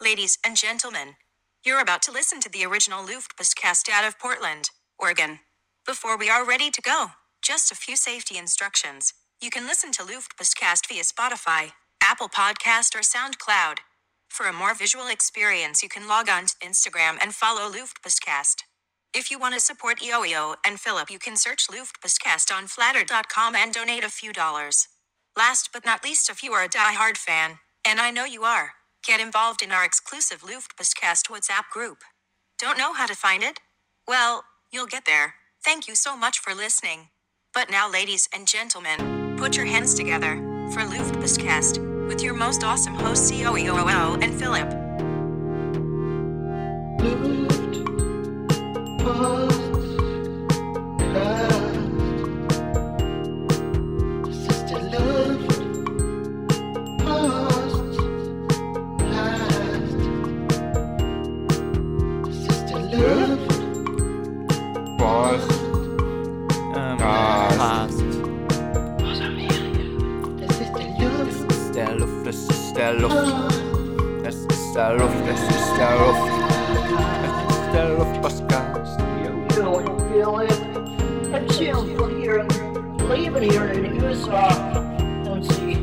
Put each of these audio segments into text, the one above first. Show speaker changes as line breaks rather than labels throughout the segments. Ladies and gentlemen, you're about to listen to the original Luftpostcast out of Portland, Oregon. Before we are ready to go, just a few safety instructions. You can listen to Luftpostcast via Spotify, Apple Podcast, or SoundCloud. For a more visual experience, you can log on to Instagram and follow Luftpostcast. If you want to support E EOEO and Philip, you can search Luftpostcast on flatter.com and donate a few dollars. Last but not least, if you are a die-hard fan, and I know you are, get involved in our exclusive Luftpostcast WhatsApp group. Don't know how to find it? Well, you'll get there. Thank you so much for listening. But now, ladies and gentlemen, put your hands together for Luftpostcast with your most awesome hosts, COEOO and Philip.
Ähm,
Podcast.
passt. Es ist der Luft, es ist der Luft. Es ist der Luft, es ist der Luft. Es ist der Luftpostcast.
feel it, feel it. That chill from here, leaving here in Utah. Und sie,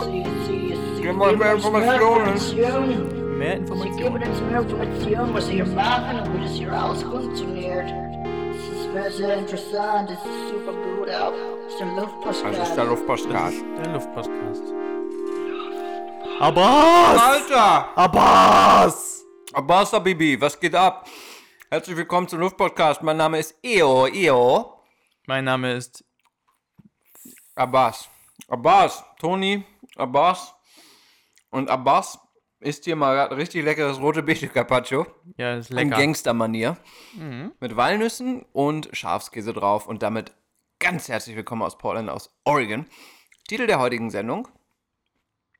sie, sie, sie
Gib mal mehr
geben uns mehr
Informationen.
Informationen.
Mehr
Sie geben
Informationen.
uns mehr Informationen, was ihr machen und wie das hier alles funktioniert. Es ist sehr, sehr interessant, es ist super gut auch. Es ist der
Es ist der
Luftpostcard.
Luftpostcast.
Der Luftpostcast. Abbas!
Alter!
Abbas!
Abbas Bibi, was geht ab? Herzlich willkommen zum Luftpodcast. Mein Name ist Eo, Eo.
Mein Name ist.
Abbas. Abbas, Toni, Abbas. Und Abbas isst hier mal grad richtig leckeres rote Bete Carpaccio.
Ja, ist
In
lecker.
Gangstermanier.
Mhm.
Mit Walnüssen und Schafskäse drauf. Und damit ganz herzlich willkommen aus Portland, aus Oregon. Titel der heutigen Sendung.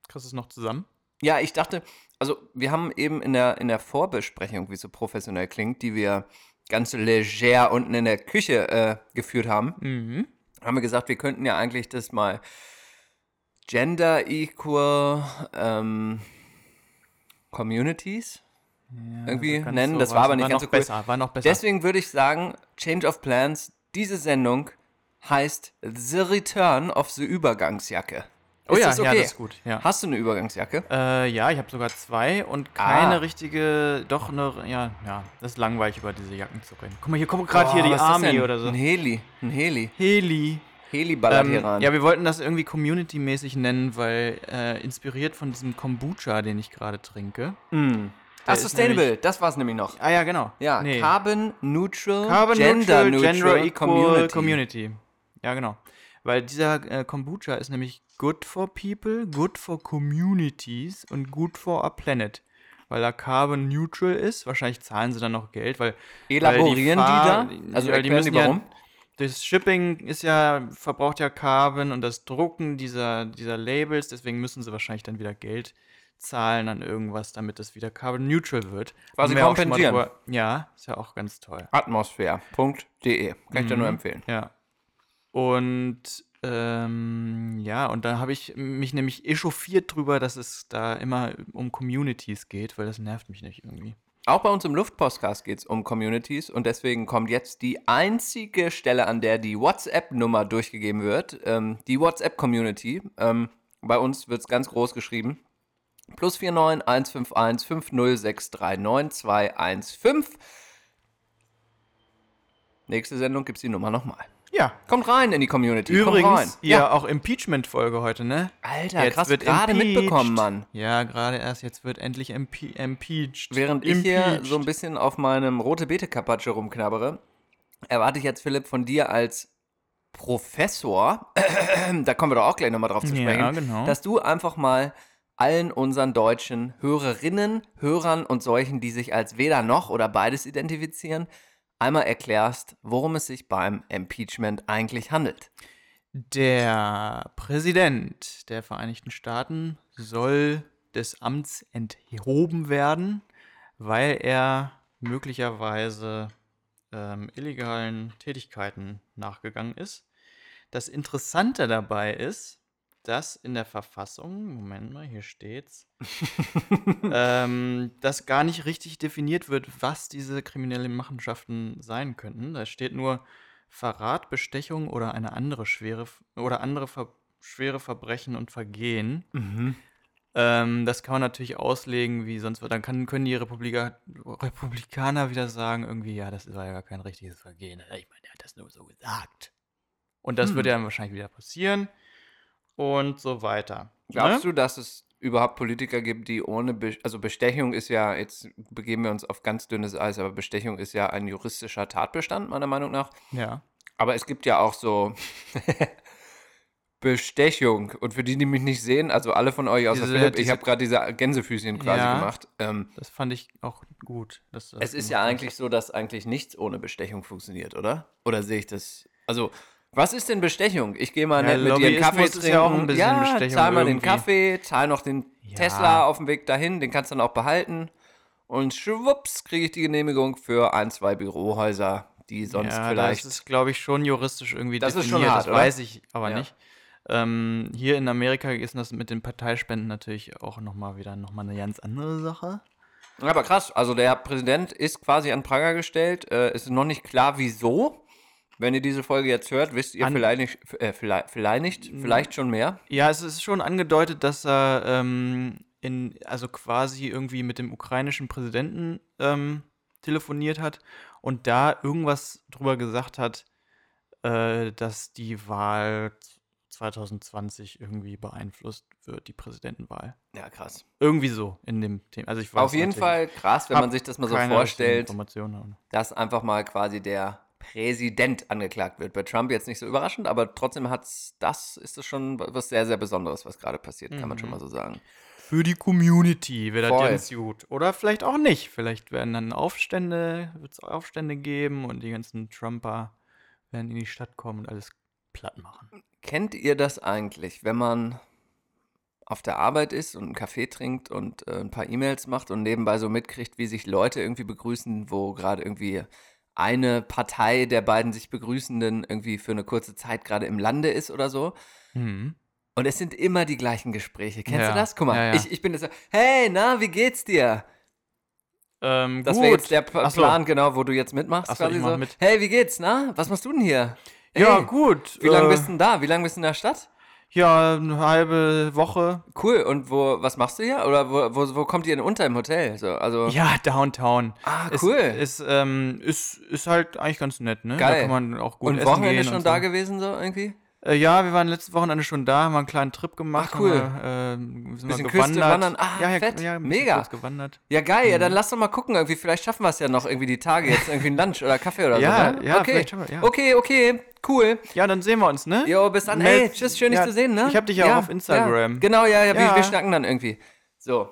Kriegst du es noch zusammen?
Ja, ich dachte, also wir haben eben in der, in der Vorbesprechung, wie es so professionell klingt, die wir ganz leger unten in der Küche äh, geführt haben,
Mhm.
haben wir gesagt, wir könnten ja eigentlich das mal Gender Equal ähm, Communities irgendwie
ganz
nennen. Das
sowas.
war aber nicht
War
ganz so
noch
cool.
besser, war noch besser.
Deswegen würde ich sagen, Change of Plans, diese Sendung heißt The Return of the Übergangsjacke.
Oh ja,
das
ja, das ist gut, ja.
Hast du eine Übergangsjacke?
Äh, ja, ich habe sogar zwei und keine
Ah.
richtige. Doch, eine. Ja, ja. Das ist langweilig, über diese Jacken zu reden. Guck mal, hier kommt gerade hier
Boah,
die
Ah, was ist das
Army
denn?
oder so.
Ein Heli, ein Heli.
Heli.
Heli ballert
Ähm,
hier ran.
ja, wir wollten das irgendwie community-mäßig nennen, weil äh, inspiriert von diesem Kombucha, den ich gerade trinke.
Ah,
ist
Sustainable, das war's nämlich noch.
Ah ja, genau.
Ja,
Nee.
Carbon Neutral,
Carbon
Gender
neutral,
Neutral,
Gender Equal
Community.
Community. Ja, genau. Weil dieser äh, Kombucha ist nämlich good for people, good for communities und good for our planet. Weil er Carbon Neutral ist. Wahrscheinlich zahlen sie dann noch Geld, weil.
Elaborieren die
Fahr-
da? Also
weil die
erklären die
müssen
warum?
Ja, das Shipping ist ja, verbraucht ja Carbon und das Drucken dieser, dieser Labels, deswegen müssen sie wahrscheinlich dann wieder Geld zahlen an irgendwas, damit das wieder Carbon Neutral wird.
Quasi
Haben wir auch schon mal
kompensieren.
drüber- Ja, ist ja auch ganz toll.
Atmosphäre.de. E. Kann ich
Mhm.
dir nur empfehlen.
Ja. Und ähm, ja, und da habe ich mich nämlich echauffiert drüber, dass es da immer um Communities geht, weil das nervt mich nicht irgendwie.
Auch bei uns im Luftpostcast geht es um Communities und deswegen kommt jetzt die einzige Stelle, an der die WhatsApp-Nummer durchgegeben wird. Ähm, die WhatsApp-Community. Ähm, bei uns wird es ganz groß geschrieben. Plus 4915150639215. Nächste Sendung gibt es die Nummer nochmal.
Ja.
Kommt rein in die Community. kommt rein.
Übrigens, ihr
ja.
auch Impeachment-Folge heute, ne?
Alter, krass, gerade
impeached.
mitbekommen, Mann.
Ja, gerade erst, jetzt wird endlich impe impeached.
Während ich hier so ein
Impeached.
bisschen auf meinem rote bete carpaccio rumknabbere, erwarte ich jetzt, Philipp, von dir als Professor, da kommen wir doch auch gleich nochmal drauf zu
Ja,
sprechen,
genau.
dass du einfach mal allen unseren deutschen Hörerinnen, Hörern und solchen, die sich als weder noch oder beides identifizieren, einmal erklärst, worum es sich beim Impeachment eigentlich handelt.
Der Präsident der Vereinigten Staaten soll des Amts enthoben werden, weil er möglicherweise ähm, illegalen Tätigkeiten nachgegangen ist. Das Interessante dabei ist, dass in der Verfassung, Moment mal, hier steht's, ähm, dass gar nicht richtig definiert wird, was diese kriminellen Machenschaften sein könnten. Da steht nur Verrat, Bestechung oder eine andere schwere oder andere ver schwere Verbrechen und Vergehen. Mhm. Ähm, das kann man natürlich auslegen, wie sonst wird. Dann kann, können die Republika Republikaner wieder sagen, irgendwie, ja, das war ja gar kein richtiges Vergehen. Also Ich meine, der hat das nur so gesagt. Und das
Hm.
wird ja dann wahrscheinlich wieder passieren. Und so weiter.
Glaubst
ne?
du, dass es überhaupt Politiker gibt, die ohne, Be also Bestechung ist ja, jetzt begeben wir uns auf ganz dünnes Eis, aber Bestechung ist ja ein juristischer Tatbestand, meiner Meinung nach.
Ja.
Aber es gibt ja auch so Bestechung. Und für die, die mich nicht sehen, also alle von euch außer
Diese-
Philipp, ich
diese-
habe gerade diese Gänsefüßchen quasi
Ja.
gemacht. Ähm,
Das fand ich auch gut. Dass du das
es ist
gemacht
ja
hast.
eigentlich so, dass eigentlich nichts ohne Bestechung funktioniert, oder? Oder sehe ich das? Also, was ist denn Bestechung? Ich gehe mal
Ja,
nett mit dir einen
Lobbyismus
Kaffee
ist
trinken.
ja auch ein bisschen
ja,
Bestechung
zahl mal den
irgendwie.
Kaffee, zahl noch den Tesla auf dem Weg dahin, den kannst du dann auch behalten. Und schwupps kriege ich die Genehmigung für ein, zwei Bürohäuser, die sonst
ja,
vielleicht...
Das ist, glaube ich, schon juristisch irgendwie
Das ist
definiert.
schon hart,
das
oder?
weiß ich aber
Ja.
nicht. Ähm, hier in Amerika ist das mit den Parteispenden natürlich auch nochmal wieder noch mal eine ganz andere Sache.
Ja, Aber krass, also der Präsident ist quasi an Pranger gestellt. Äh, es ist noch nicht klar, wieso. Wenn ihr diese Folge jetzt hört, wisst ihr
An- Hm.
vielleicht, nicht, äh, vielleicht, vielleicht, nicht, vielleicht schon mehr.
Ja, es ist schon angedeutet, dass er ähm, in, also quasi irgendwie mit dem ukrainischen Präsidenten ähm, telefoniert hat und da irgendwas drüber gesagt hat, äh, dass die Wahl 2020 irgendwie beeinflusst wird, die Präsidentenwahl.
Ja, krass.
Irgendwie so in dem Thema. Also ich weiß
Auf jeden
natürlich
Fall krass, wenn man sich das mal so
keine
vorstellt,
Informationen.
dass einfach mal quasi der Präsident angeklagt wird. Bei Trump jetzt nicht so überraschend, aber trotzdem hat's das ist es schon was sehr, sehr Besonderes, was gerade passiert, kann man schon
Mhm.
mal so sagen.
Für die Community wäre das
Voll.
ganz gut. Oder vielleicht auch nicht. Vielleicht werden dann Aufstände, wird es Aufstände geben und die ganzen Trumper werden in die Stadt kommen und alles platt machen.
Kennt ihr das eigentlich, wenn man auf der Arbeit ist und einen Kaffee trinkt und äh, ein paar E-Mails macht und nebenbei so mitkriegt, wie sich Leute irgendwie begrüßen, wo gerade irgendwie eine Partei der beiden sich begrüßenden irgendwie für eine kurze Zeit gerade im Lande ist oder so?
Mhm.
Und es sind immer die gleichen Gespräche. Kennst
Ja.
du das? Guck mal,
Ja, ja.
Ich, ich bin jetzt so, hey, na, wie geht's dir?
Ähm,
Das
gut.
wäre jetzt der P-
Ach so.
Plan, genau, wo du jetzt mitmachst.
Ach so, ich
quasi
mach
so,
mit.
Hey, wie geht's, na? Was machst du denn hier?
Ja, äh,
Hey,
gut.
Wie lange bist du denn da? Wie lange bist du in der Stadt?
Ja, eine halbe Woche.
Cool, und wo, was machst du hier? Oder wo, wo, wo kommt ihr denn unter im Hotel? So, also,
Ja, Downtown.
Ah,
Ist-
cool.
Ist, ähm, ist, ist halt eigentlich ganz nett, ne?
Geil.
Da kann man auch gut
und
essen
Wochenende
gehen
schon
und so.
da gewesen, so irgendwie?
Äh, ja, wir waren letztes Wochenende schon da, haben einen kleinen Trip gemacht.
Ach, cool.
Haben wir, ähm,
Bisschen
sind wir
Küste,
gewandert.
wandern. Ah,
ja, ja,
fett.
Ja, ein bisschen
Mega.
kurz gewandert.
Ja, geil, ja, dann
Mhm.
lass doch mal gucken, irgendwie. Vielleicht schaffen wir es ja noch irgendwie die Tage jetzt, irgendwie ein Lunch oder Kaffee oder
Ja,
so. ne?
ja,
okay.
vielleicht schaffen wir- ja.
Okay, okay, cool.
Ja, dann sehen wir uns, ne?
Jo, bis dann.
Meld-
Ey, tschüss, schön, dich
ja,
zu sehen, ne?
Ich hab dich ja, auch auf Instagram.
Ja, genau, ja, ja,
Ja.
Wir, wir schnacken dann irgendwie. So,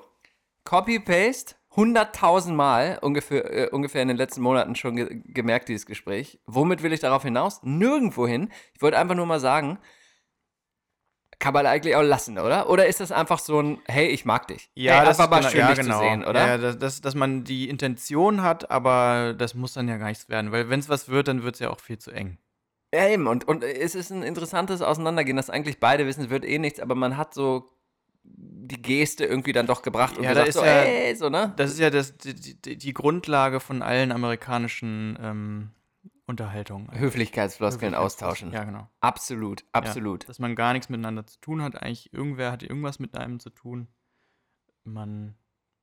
Copy-Paste, 100.000 Mal ungefähr, äh, ungefähr in den letzten Monaten schon ge gemerkt, dieses Gespräch. Womit will ich darauf hinaus? Nirgendwo hin. Ich wollte einfach nur mal sagen, kann man eigentlich auch lassen, oder? Oder ist das einfach so ein, hey, ich mag dich.
Ja,
hey,
das
einfach mal
genau-
schön,
ja,
dich
genau.
zu sehen, oder?
Ja, Ja, dass, dass, dass man die Intention hat, aber das muss dann ja gar nichts werden, weil wenn es was wird, dann wird es ja auch viel zu eng.
Ja, eben. Und, und es ist ein interessantes Auseinandergehen, dass eigentlich beide wissen, es wird eh nichts, aber man hat so die Geste irgendwie dann doch gebracht und
Ja, da
gesagt,
ist
so,
ja-
ey, so, ne?
Das ist ja das, die, die, die Grundlage von allen amerikanischen ähm, Unterhaltungen.
Höflichkeitsfloskeln austauschen.
Ja, genau.
Absolut,
Ja,
absolut.
dass man gar nichts miteinander zu tun hat. Eigentlich irgendwer hat irgendwas mit einem zu tun. Man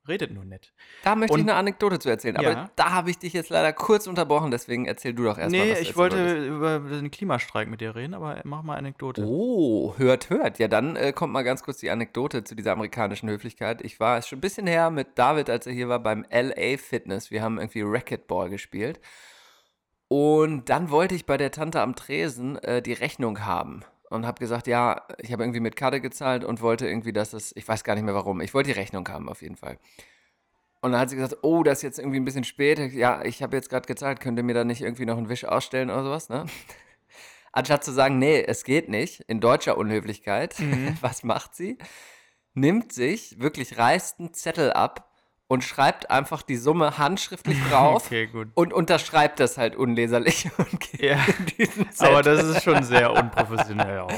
redet nur nett.
Da möchte ich
Und-
eine Anekdote zu erzählen, aber
Ja.
da habe ich dich jetzt leider kurz unterbrochen, deswegen erzähl du doch erstmal.
nee,
was du
ich
erzählen
wollte
wolltest.
über den Klimastreik mit dir reden, aber mach mal Anekdote.
Oh, hört, hört. Ja, dann äh, kommt mal ganz kurz die Anekdote zu dieser amerikanischen Höflichkeit. Ich war es ist schon ein bisschen her mit David, als er hier war, beim LA Fitness. Wir haben irgendwie Racquetball gespielt. Und dann wollte ich bei der Tante am Tresen äh, die Rechnung haben und habe gesagt, ja, ich habe irgendwie mit Karte gezahlt und wollte irgendwie, dass es, ich weiß gar nicht mehr warum, ich wollte die Rechnung haben auf jeden Fall. Und dann hat sie gesagt, oh, das ist jetzt irgendwie ein bisschen spät. Ja, ich habe jetzt gerade gezahlt, könnt ihr mir da nicht irgendwie noch einen Wisch ausstellen oder sowas, ne? Anstatt zu sagen, nee, es geht nicht, in deutscher
Mhm.
Unhöflichkeit, was macht sie? Nimmt sich, wirklich reißt einen Zettel ab und schreibt einfach die Summe handschriftlich drauf
Okay, gut.
und unterschreibt das halt unleserlich und geht
Ja.
in diesen Zettel.
Aber das ist schon sehr unprofessionell auch.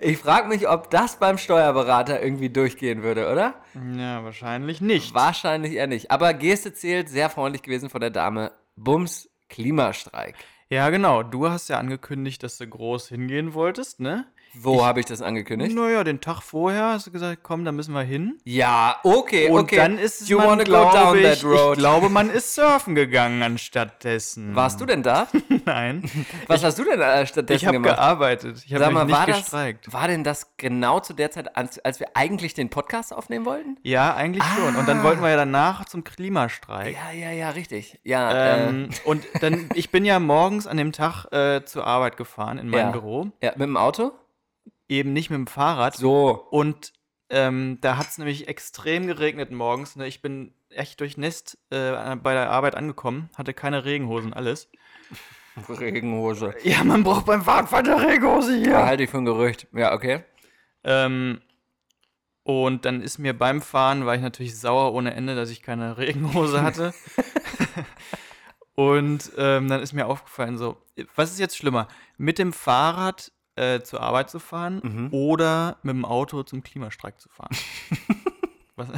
Ich frage mich, ob das beim Steuerberater irgendwie durchgehen würde, oder?
Ja, wahrscheinlich nicht.
Wahrscheinlich eher nicht. Aber Geste zählt, sehr freundlich gewesen von der Dame. Bums, Klimastreik.
Ja, genau. Du hast ja angekündigt, dass du groß hingehen wolltest, ne?
Wo habe ich das angekündigt?
Naja, den Tag vorher hast du gesagt, komm, da müssen wir hin.
Ja, okay,
Und
okay.
dann ist
you
man,
wanna go
glaube
down
ich,
that road.
ich glaube, man ist surfen gegangen anstattdessen.
Warst du denn da?
Nein.
Was hast du denn äh, stattdessen
Ich habe
gemacht?
gearbeitet. Ich habe
Sag
mich
mal,
nicht
war, das,
gestreikt.
war denn das genau zu der Zeit, als, als wir eigentlich den Podcast aufnehmen wollten?
Ja, eigentlich schon. Und dann wollten wir ja danach zum Klimastreik.
Ah. Ja, ja, ja, richtig. Ja,
Äh. Ähm, und dann, ich bin ja morgens an dem Tag äh, zur Arbeit gefahren in mein
Ja.
Büro.
äh, ja, mit dem Auto?
Eben nicht mit dem Fahrrad.
So.
Und ähm, da hat es nämlich extrem geregnet morgens. Ne? Ich bin echt durchnässt äh, bei der Arbeit angekommen, hatte keine Regenhosen, alles.
Regenhose.
Ja, man braucht beim Fahrradfahren eine Regenhose
Ja.
hier.
Halte ich für ein Gerücht. Ja, okay.
Ähm, und dann ist mir beim Fahren, war ich natürlich sauer ohne Ende, dass ich keine Regenhose hatte. und ähm, dann ist mir aufgefallen, so, was ist jetzt schlimmer? Mit dem Fahrrad äh, zur Arbeit zu fahren
Mhm.
oder mit dem Auto zum Klimastreik zu fahren? was?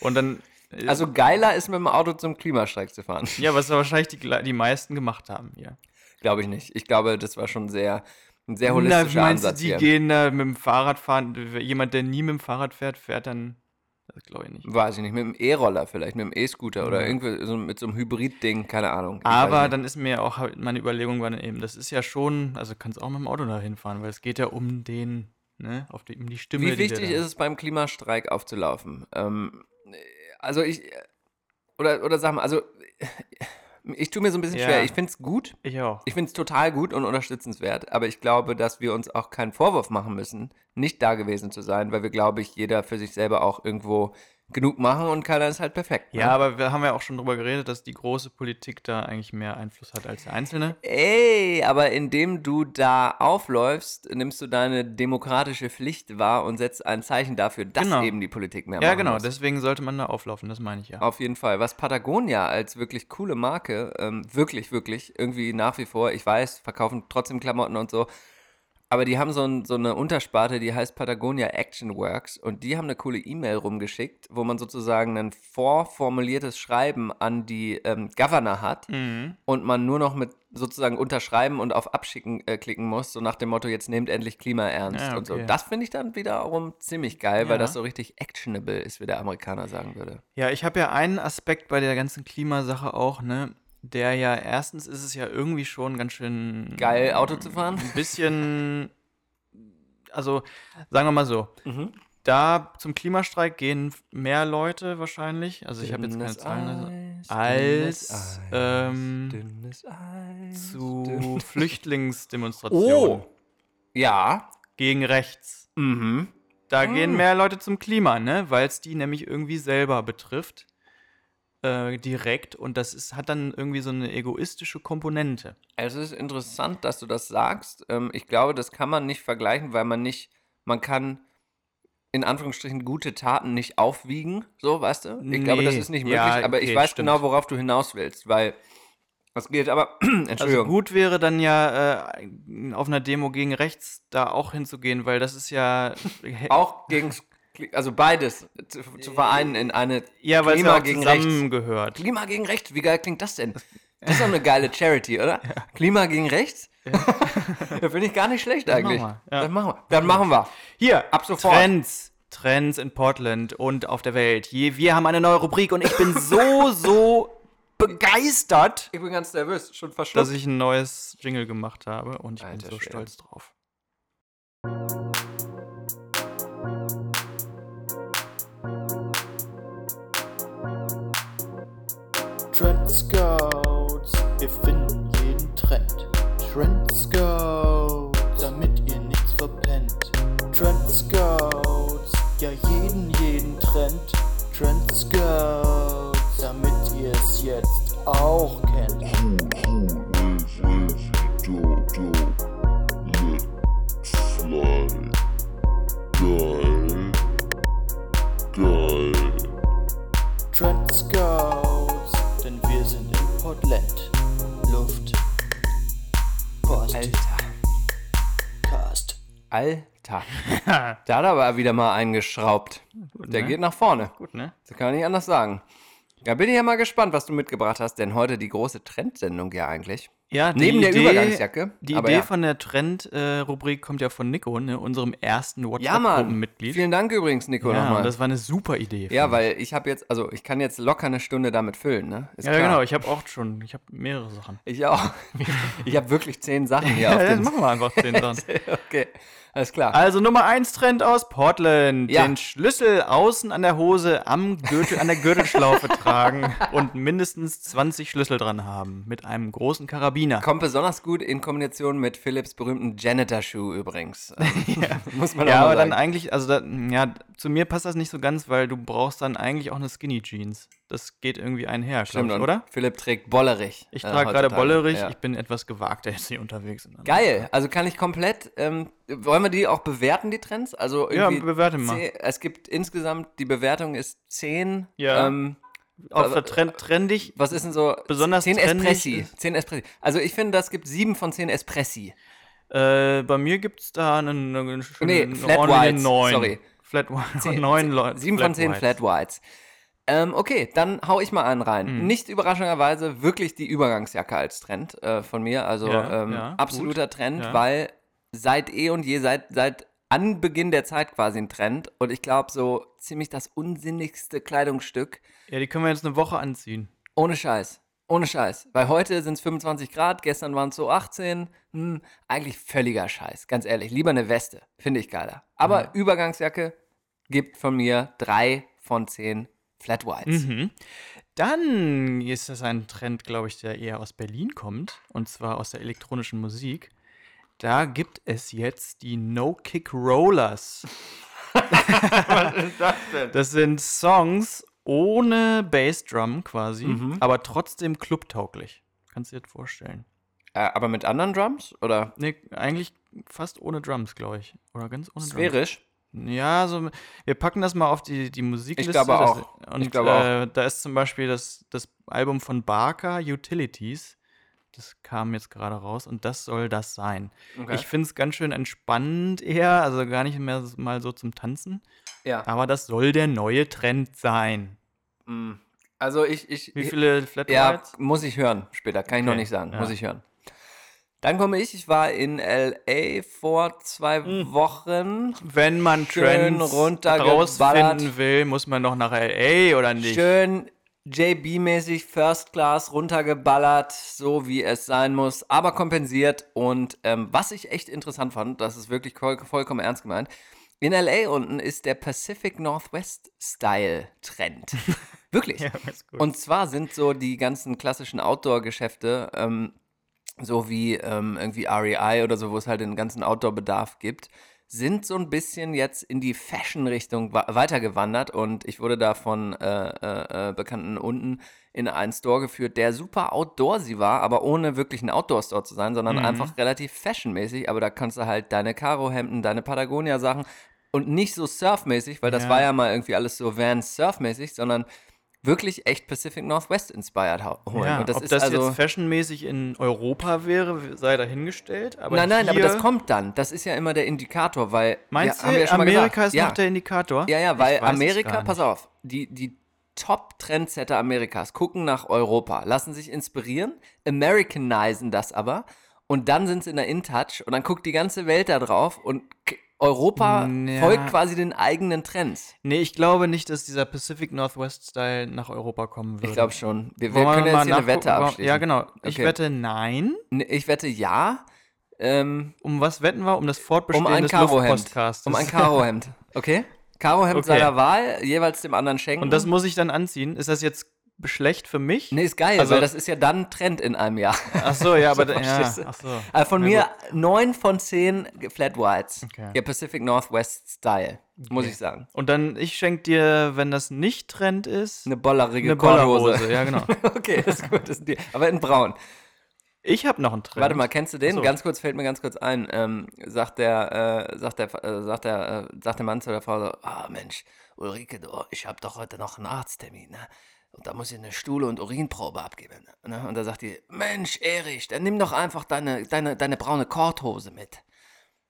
Und dann. äh,
Also geiler ist mit dem Auto zum Klimastreik zu fahren.
ja, was wahrscheinlich die, gle- die meisten gemacht haben hier.
Glaube ich nicht. Ich glaube, das war schon sehr, ein sehr holistischer
Na, meinst
Ansatz
du, die
hier.
gehen da mit dem Fahrrad fahren? Jemand, der nie mit dem Fahrrad fährt, fährt dann. Das glaube ich nicht.
Weiß ich nicht, mit dem E-Roller vielleicht, mit dem E-Scooter oder irgendwie so mit so einem Hybrid-Ding, keine Ahnung. Ich
Aber
weiß nicht.
dann ist mir auch halt meine Überlegung war dann eben, das ist ja schon, also kannst auch mit dem Auto da hinfahren, weil es geht ja um den, ne, auf die, um die Stimme.
Wie wichtig ist es beim Klimastreik aufzulaufen? Ähm, also ich, oder, oder sag mal, also ich tue mir so ein bisschen
Ja.
schwer. Ich finde es gut,
Ich auch.
ich finde es total gut und unterstützenswert, aber ich glaube, dass wir uns auch keinen Vorwurf machen müssen, nicht da gewesen zu sein, weil wir, glaube ich, jeder für sich selber auch irgendwo genug machen und keiner ist halt perfekt. ne?
Ja, aber wir haben ja auch schon drüber geredet, dass die große Politik da eigentlich mehr Einfluss hat als der Einzelne.
Ey, aber indem du da aufläufst, nimmst du deine demokratische Pflicht wahr und setzt ein Zeichen dafür, dass
Genau.
eben die Politik mehr
Ja,
machen
genau,
muss.
deswegen sollte man da auflaufen, das meine ich ja.
Auf jeden Fall. Was Patagonia als wirklich coole Marke, ähm, wirklich, wirklich, irgendwie nach wie vor, ich weiß, verkaufen trotzdem Klamotten und so, aber die haben so, ein, so eine Untersparte, die heißt Patagonia Action Works und die haben eine coole E-Mail rumgeschickt, wo man sozusagen ein vorformuliertes Schreiben an die ähm, Governor hat
Mhm.
und man nur noch mit sozusagen unterschreiben und auf Abschicken äh, klicken muss, so nach dem Motto, jetzt nehmt endlich Klima ernst
Ja,
und so.
Ah, okay.
Das finde ich dann wiederum ziemlich geil,
Ja.
weil das so richtig actionable ist, wie der Amerikaner sagen würde.
Ja, ich habe ja einen Aspekt bei der ganzen Klimasache auch, ne, der ja, erstens ist es ja irgendwie schon ganz schön
Geil, Auto zu fahren?
ein bisschen, also sagen wir mal so,
Mhm.
da zum Klimastreik gehen mehr Leute wahrscheinlich, also ich habe jetzt keine
Dünnes
Zahlen, also,
Eis,
als,
dünnes Eis,
ähm,
dünnes Eis,
zu
dünn-
Flüchtlingsdemonstrationen
Oh! Ja.
gegen rechts.
Mhm.
Da gehen mehr Leute zum Klima, ne, weil es die nämlich irgendwie selber betrifft. Äh, direkt und das ist, hat dann irgendwie so eine egoistische Komponente.
Es ist interessant, dass du das sagst. Ähm, ich glaube, das kann man nicht vergleichen, weil man nicht, man kann in Anführungsstrichen gute Taten nicht aufwiegen, so, weißt du? Ich glaube, das
Nee.
ist nicht möglich,
Ja,
aber ich
okay,
weiß
stimmt.
genau, worauf du hinaus willst, weil das geht aber,
Also
Entschuldigung.
gut wäre dann ja äh, auf einer Demo gegen rechts da auch hinzugehen, weil das ist ja
auch gegen, also beides zu, zu vereinen in eine
ja, weil es ja
Klima
auch
gegen rechts.
zusammengehört.
Klima gegen rechts, wie geil klingt das denn? Das ist doch eine geile Charity, oder? Klima gegen rechts? da finde ich gar nicht schlecht eigentlich.
machen wir, ja.
Dann machen wir. Dann machen wir.
Hier,
Ab sofort.
Trends. Trends in Portland und auf der Welt. Je, wir haben eine neue Rubrik und ich bin so, so begeistert,
Ich bin ganz nervös, schon
dass
verschluckt.
ich ein neues Jingle gemacht habe und ich
Alter
bin so
Schwede.
stolz drauf.
Trend Scouts, wir finden jeden Trend. Trend Scouts, damit ihr nichts verpennt. Trend Scouts, ja jeden, jeden Trend. Trend Scouts, damit ihr es jetzt auch kennt.
Geil. Geil.
Trend Scouts, denn wir sind in Portland. Luft. Post.
Alter.
Cast.
Alter. da hat er aber wieder mal eingeschraubt. Der
ne?
geht nach vorne.
Gut, ne?
Das kann man nicht anders sagen. Da bin ich ja mal gespannt, was du mitgebracht hast, denn heute die große Trendsendung ja eigentlich.
Ja, die
Neben der
Idee-
Übergangsjacke.
Die
aber
Idee
ja.
von der Trend-Rubrik kommt ja von Nico, ne? unserem ersten
Ja, Mann.
WhatsApp-Gruppenmitglied.
Vielen Dank übrigens, Nico,
ja,
nochmal.
und das war eine super Idee.
ja,
finde
weil ich habe jetzt, also ich kann jetzt locker eine Stunde damit füllen, ne? Ist
ich. ja genau, ich habe auch schon, ich habe mehrere Sachen.
Ich auch. Ich habe wirklich zehn Sachen hier
Ja,
auf
das
dem.
machen wir einfach den dran.
Okay, alles klar.
Also Nummer 1 Trend aus Portland.
Ja.
Den Schlüssel außen an der Hose am Gürtel, an der Gürtelschlaufe tragen und mindestens 20 Schlüssel dran haben. Mit einem großen Karabiner.
Kommt besonders gut in Kombination mit Philips berühmten Janitor-Schuh übrigens. Also, Muss man auch
Ja,
mal
aber
sagen.
dann eigentlich, also da, ja, zu mir passt das nicht so ganz, weil du brauchst dann eigentlich auch eine Skinny Jeans. Das geht irgendwie einher, glaub
Stimmt,
ich,
und
oder?
Philipp trägt Bollerich.
Ich
äh,
trage gerade
heutzutage.
Bollerich,
Ja.
ich bin etwas gewagter jetzt hier unterwegs.
Geil, also kann ich komplett, ähm, wollen wir die auch bewerten, die Trends? Also
Ja,
irgendwie
bewerte mal.
zehn- es gibt insgesamt, die Bewertung ist 10.
Ja.
Ähm,
Auf
aber-
der Trend, trendig,
was ist denn so?
Besonders
10
trendig
Espressi.
ist-
10 Espressi. Also ich finde, das gibt 7 von 10 Espressi.
äh, bei mir gibt es da einen, einen schönen
Nee,
einen
Flat
ordentlichen
Whites,
neun.
sorry.
Flat White,
Zehn-
9
zehn-
Leute.
Sieben von zehn Flat Whites. Ähm, okay, dann hau ich mal einen rein.
Hm.
Nicht überraschenderweise wirklich die Übergangsjacke als Trend äh, von mir. Also
Ja,
ähm,
ja,
absoluter Trend,
ja.
weil seit eh und je, seit, seit Anbeginn der Zeit quasi ein Trend. Und ich glaube, so ziemlich das unsinnigste Kleidungsstück.
Ja, die können wir jetzt eine Woche anziehen.
Ohne Scheiß. Ohne Scheiß. Weil heute sind es 25 Grad, gestern waren es so 18. Hm, eigentlich völliger Scheiß, ganz ehrlich. Lieber eine Weste, finde ich geiler.
Mhm.
Aber Übergangsjacke gibt von mir drei von zehn Flat Whites.
Mhm. Dann ist das ein Trend, glaube ich, der eher aus Berlin kommt, und zwar aus der elektronischen Musik. Da gibt es jetzt die No-Kick-Rollers. Das sind Songs ohne Bassdrum quasi, aber trotzdem clubtauglich. Kannst du dir das vorstellen?
Äh, aber mit anderen Drums? Oder
Nee, eigentlich fast ohne Drums, glaube ich. Oder ganz ohne Drums.
sphärisch?
Ja, so, wir packen das mal auf die, die Musikliste.
glaube
das-
auch. Ich
Und
glaube
Äh, da ist zum Beispiel das, das Album von Barker, Utilities. Das kam jetzt gerade raus und das soll das sein.
Okay.
Ich finde es ganz schön entspannend eher, also gar nicht mehr s- mal so zum Tanzen.
Ja.
Aber das soll der neue Trend sein. Mhm.
Mm. Also ich. ich
Wie viele Flat
Ja,
Whites?
muss ich hören später. Kann ich noch
Okay,
nicht sagen.
ja.
Muss ich hören. Dann komme ich. Ich war in L.A. vor zwei
Mhm.
Wochen.
Wenn man
Schön
Trends
runtergeballert.
rausfinden will, muss man noch nach L.A. oder nicht?
Schön JB-mäßig First Class runtergeballert, so wie es sein muss, aber kompensiert. Und ähm, was ich echt interessant fand, das ist wirklich voll, vollkommen ernst gemeint, in LA unten ist der Pacific Northwest Style Trend. wirklich.
ist gut.
Und zwar sind so die ganzen klassischen Outdoor-Geschäfte, ähm, so wie ähm, irgendwie REI oder so, wo es halt den ganzen Outdoor-Bedarf gibt, sind so ein bisschen jetzt in die Fashion-Richtung wa- weitergewandert und ich wurde da von äh, äh, äh, Bekannten unten in einen Store geführt, der super outdoorsy war, aber ohne wirklich ein Outdoor-Store zu sein, sondern
Mhm.
einfach relativ fashionmäßig, aber da kannst du halt deine Karo-Hemden, deine Patagonia-Sachen und nicht so surfmäßig, weil das
Ja.
war ja mal irgendwie alles so Van-Surfmäßig, sondern wirklich echt Pacific Northwest inspired hau- holen.
Ja,
und das
ob
ist
das
also
jetzt fashionmäßig in Europa wäre, sei dahingestellt. Aber
nein, nein,
hier,
aber das kommt dann. Das ist ja immer der Indikator, weil.
Meinst
wir, haben
du,
ja schon mal
Amerika
gesagt.
ist
ja.
noch der Indikator?
Ja, ja,
Ich
weil
weiß es
Amerika,
gar nicht.
pass auf, die, die Top-Trendsetter Amerikas gucken nach Europa, lassen sich inspirieren, Americanisen das aber und dann sind sie in der InTouch und dann guckt die ganze Welt da drauf und k- Europa
Ja.
folgt quasi den eigenen Trends.
Nee, ich glaube nicht, dass dieser Pacific Northwest Style nach Europa kommen würde.
Ich glaube schon. Wir, wir
Wollen
können jetzt
mal
hier eine
nachgucken?
Wette
Wollen-
abschließen.
Ja, genau. Ich
Okay.
wette nein.
Ne, Ich wette ja. Ähm,
Um was wetten wir? Um das
um
Fortbestehen
ein
des
Karohemd.
Luftpodcasts.
Um ein Karohemd. Okay? Karohemd
Okay.
seiner Wahl, jeweils dem anderen schenken.
Und das muss ich dann anziehen. Ist das jetzt schlecht für mich?
Nee, ist geil,
Also-
weil das ist ja dann Trend in einem Jahr.
Ach so, ja, aber ja,
verstehst du?
ach so.
Also von
Na
mir
gut.
neun von zehn Flat Whites.
Okay.
Ja, Pacific Northwest Style, muss ich sagen.
Und dann ich schenke dir, wenn das nicht Trend ist,
Eine bollerige
eine
Kornhose.
Bollerhose. Ja, genau.
okay, das ist gut. Das ist die. Aber in braun.
Ich habe noch einen Trend.
Warte mal, kennst du den?
So.
Ganz kurz, fällt mir ganz kurz ein. Ähm, sagt der, äh, sagt der, äh, sagt der, äh, sagt der Mann zu der Frau so, ah Mensch, Ulrike, du, ich habe doch heute noch einen Arzttermin, ne? Und da muss ich eine Stuhl- und Urinprobe abgeben. Ne? Und da sagt die, Mensch, Erich, dann nimm doch einfach deine, deine, deine braune Korthose mit.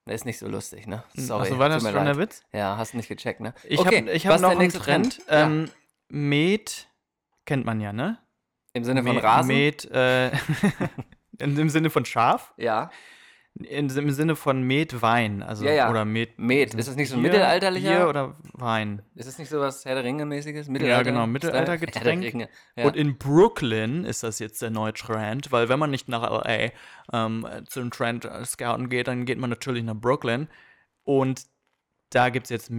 Das ist nicht so lustig, ne? Sorry.
Achso, war
tut
das
mir
schon
leid.
der Witz?
Ja, hast nicht gecheckt, ne?
Ich
okay,
habe ich
was
hab
ist
noch
der
einen
nächste
Trend.
Ja,
Ähm, Met kennt man ja, ne?
Im Sinne von
Me-
Rasen?
Met, äh, in, im Sinne von Schaf?
Ja.
In, Im Sinne von Metwein. Also,
Ja, ja.
Oder Met.
Met. Ist das nicht so ein
Bier-
mittelalterlicher?
Bier oder Wein?
Ist das nicht so was Herr der Ringe-mäßiges?
Ja, genau,
Herr der
Mittelaltergetränk.
Ringe. Ja.
Und in Brooklyn ist das jetzt der neue Trend, weil wenn man nicht nach LA ähm, zum Trend äh, Scouten geht, dann geht man natürlich nach Brooklyn. Und da gibt es jetzt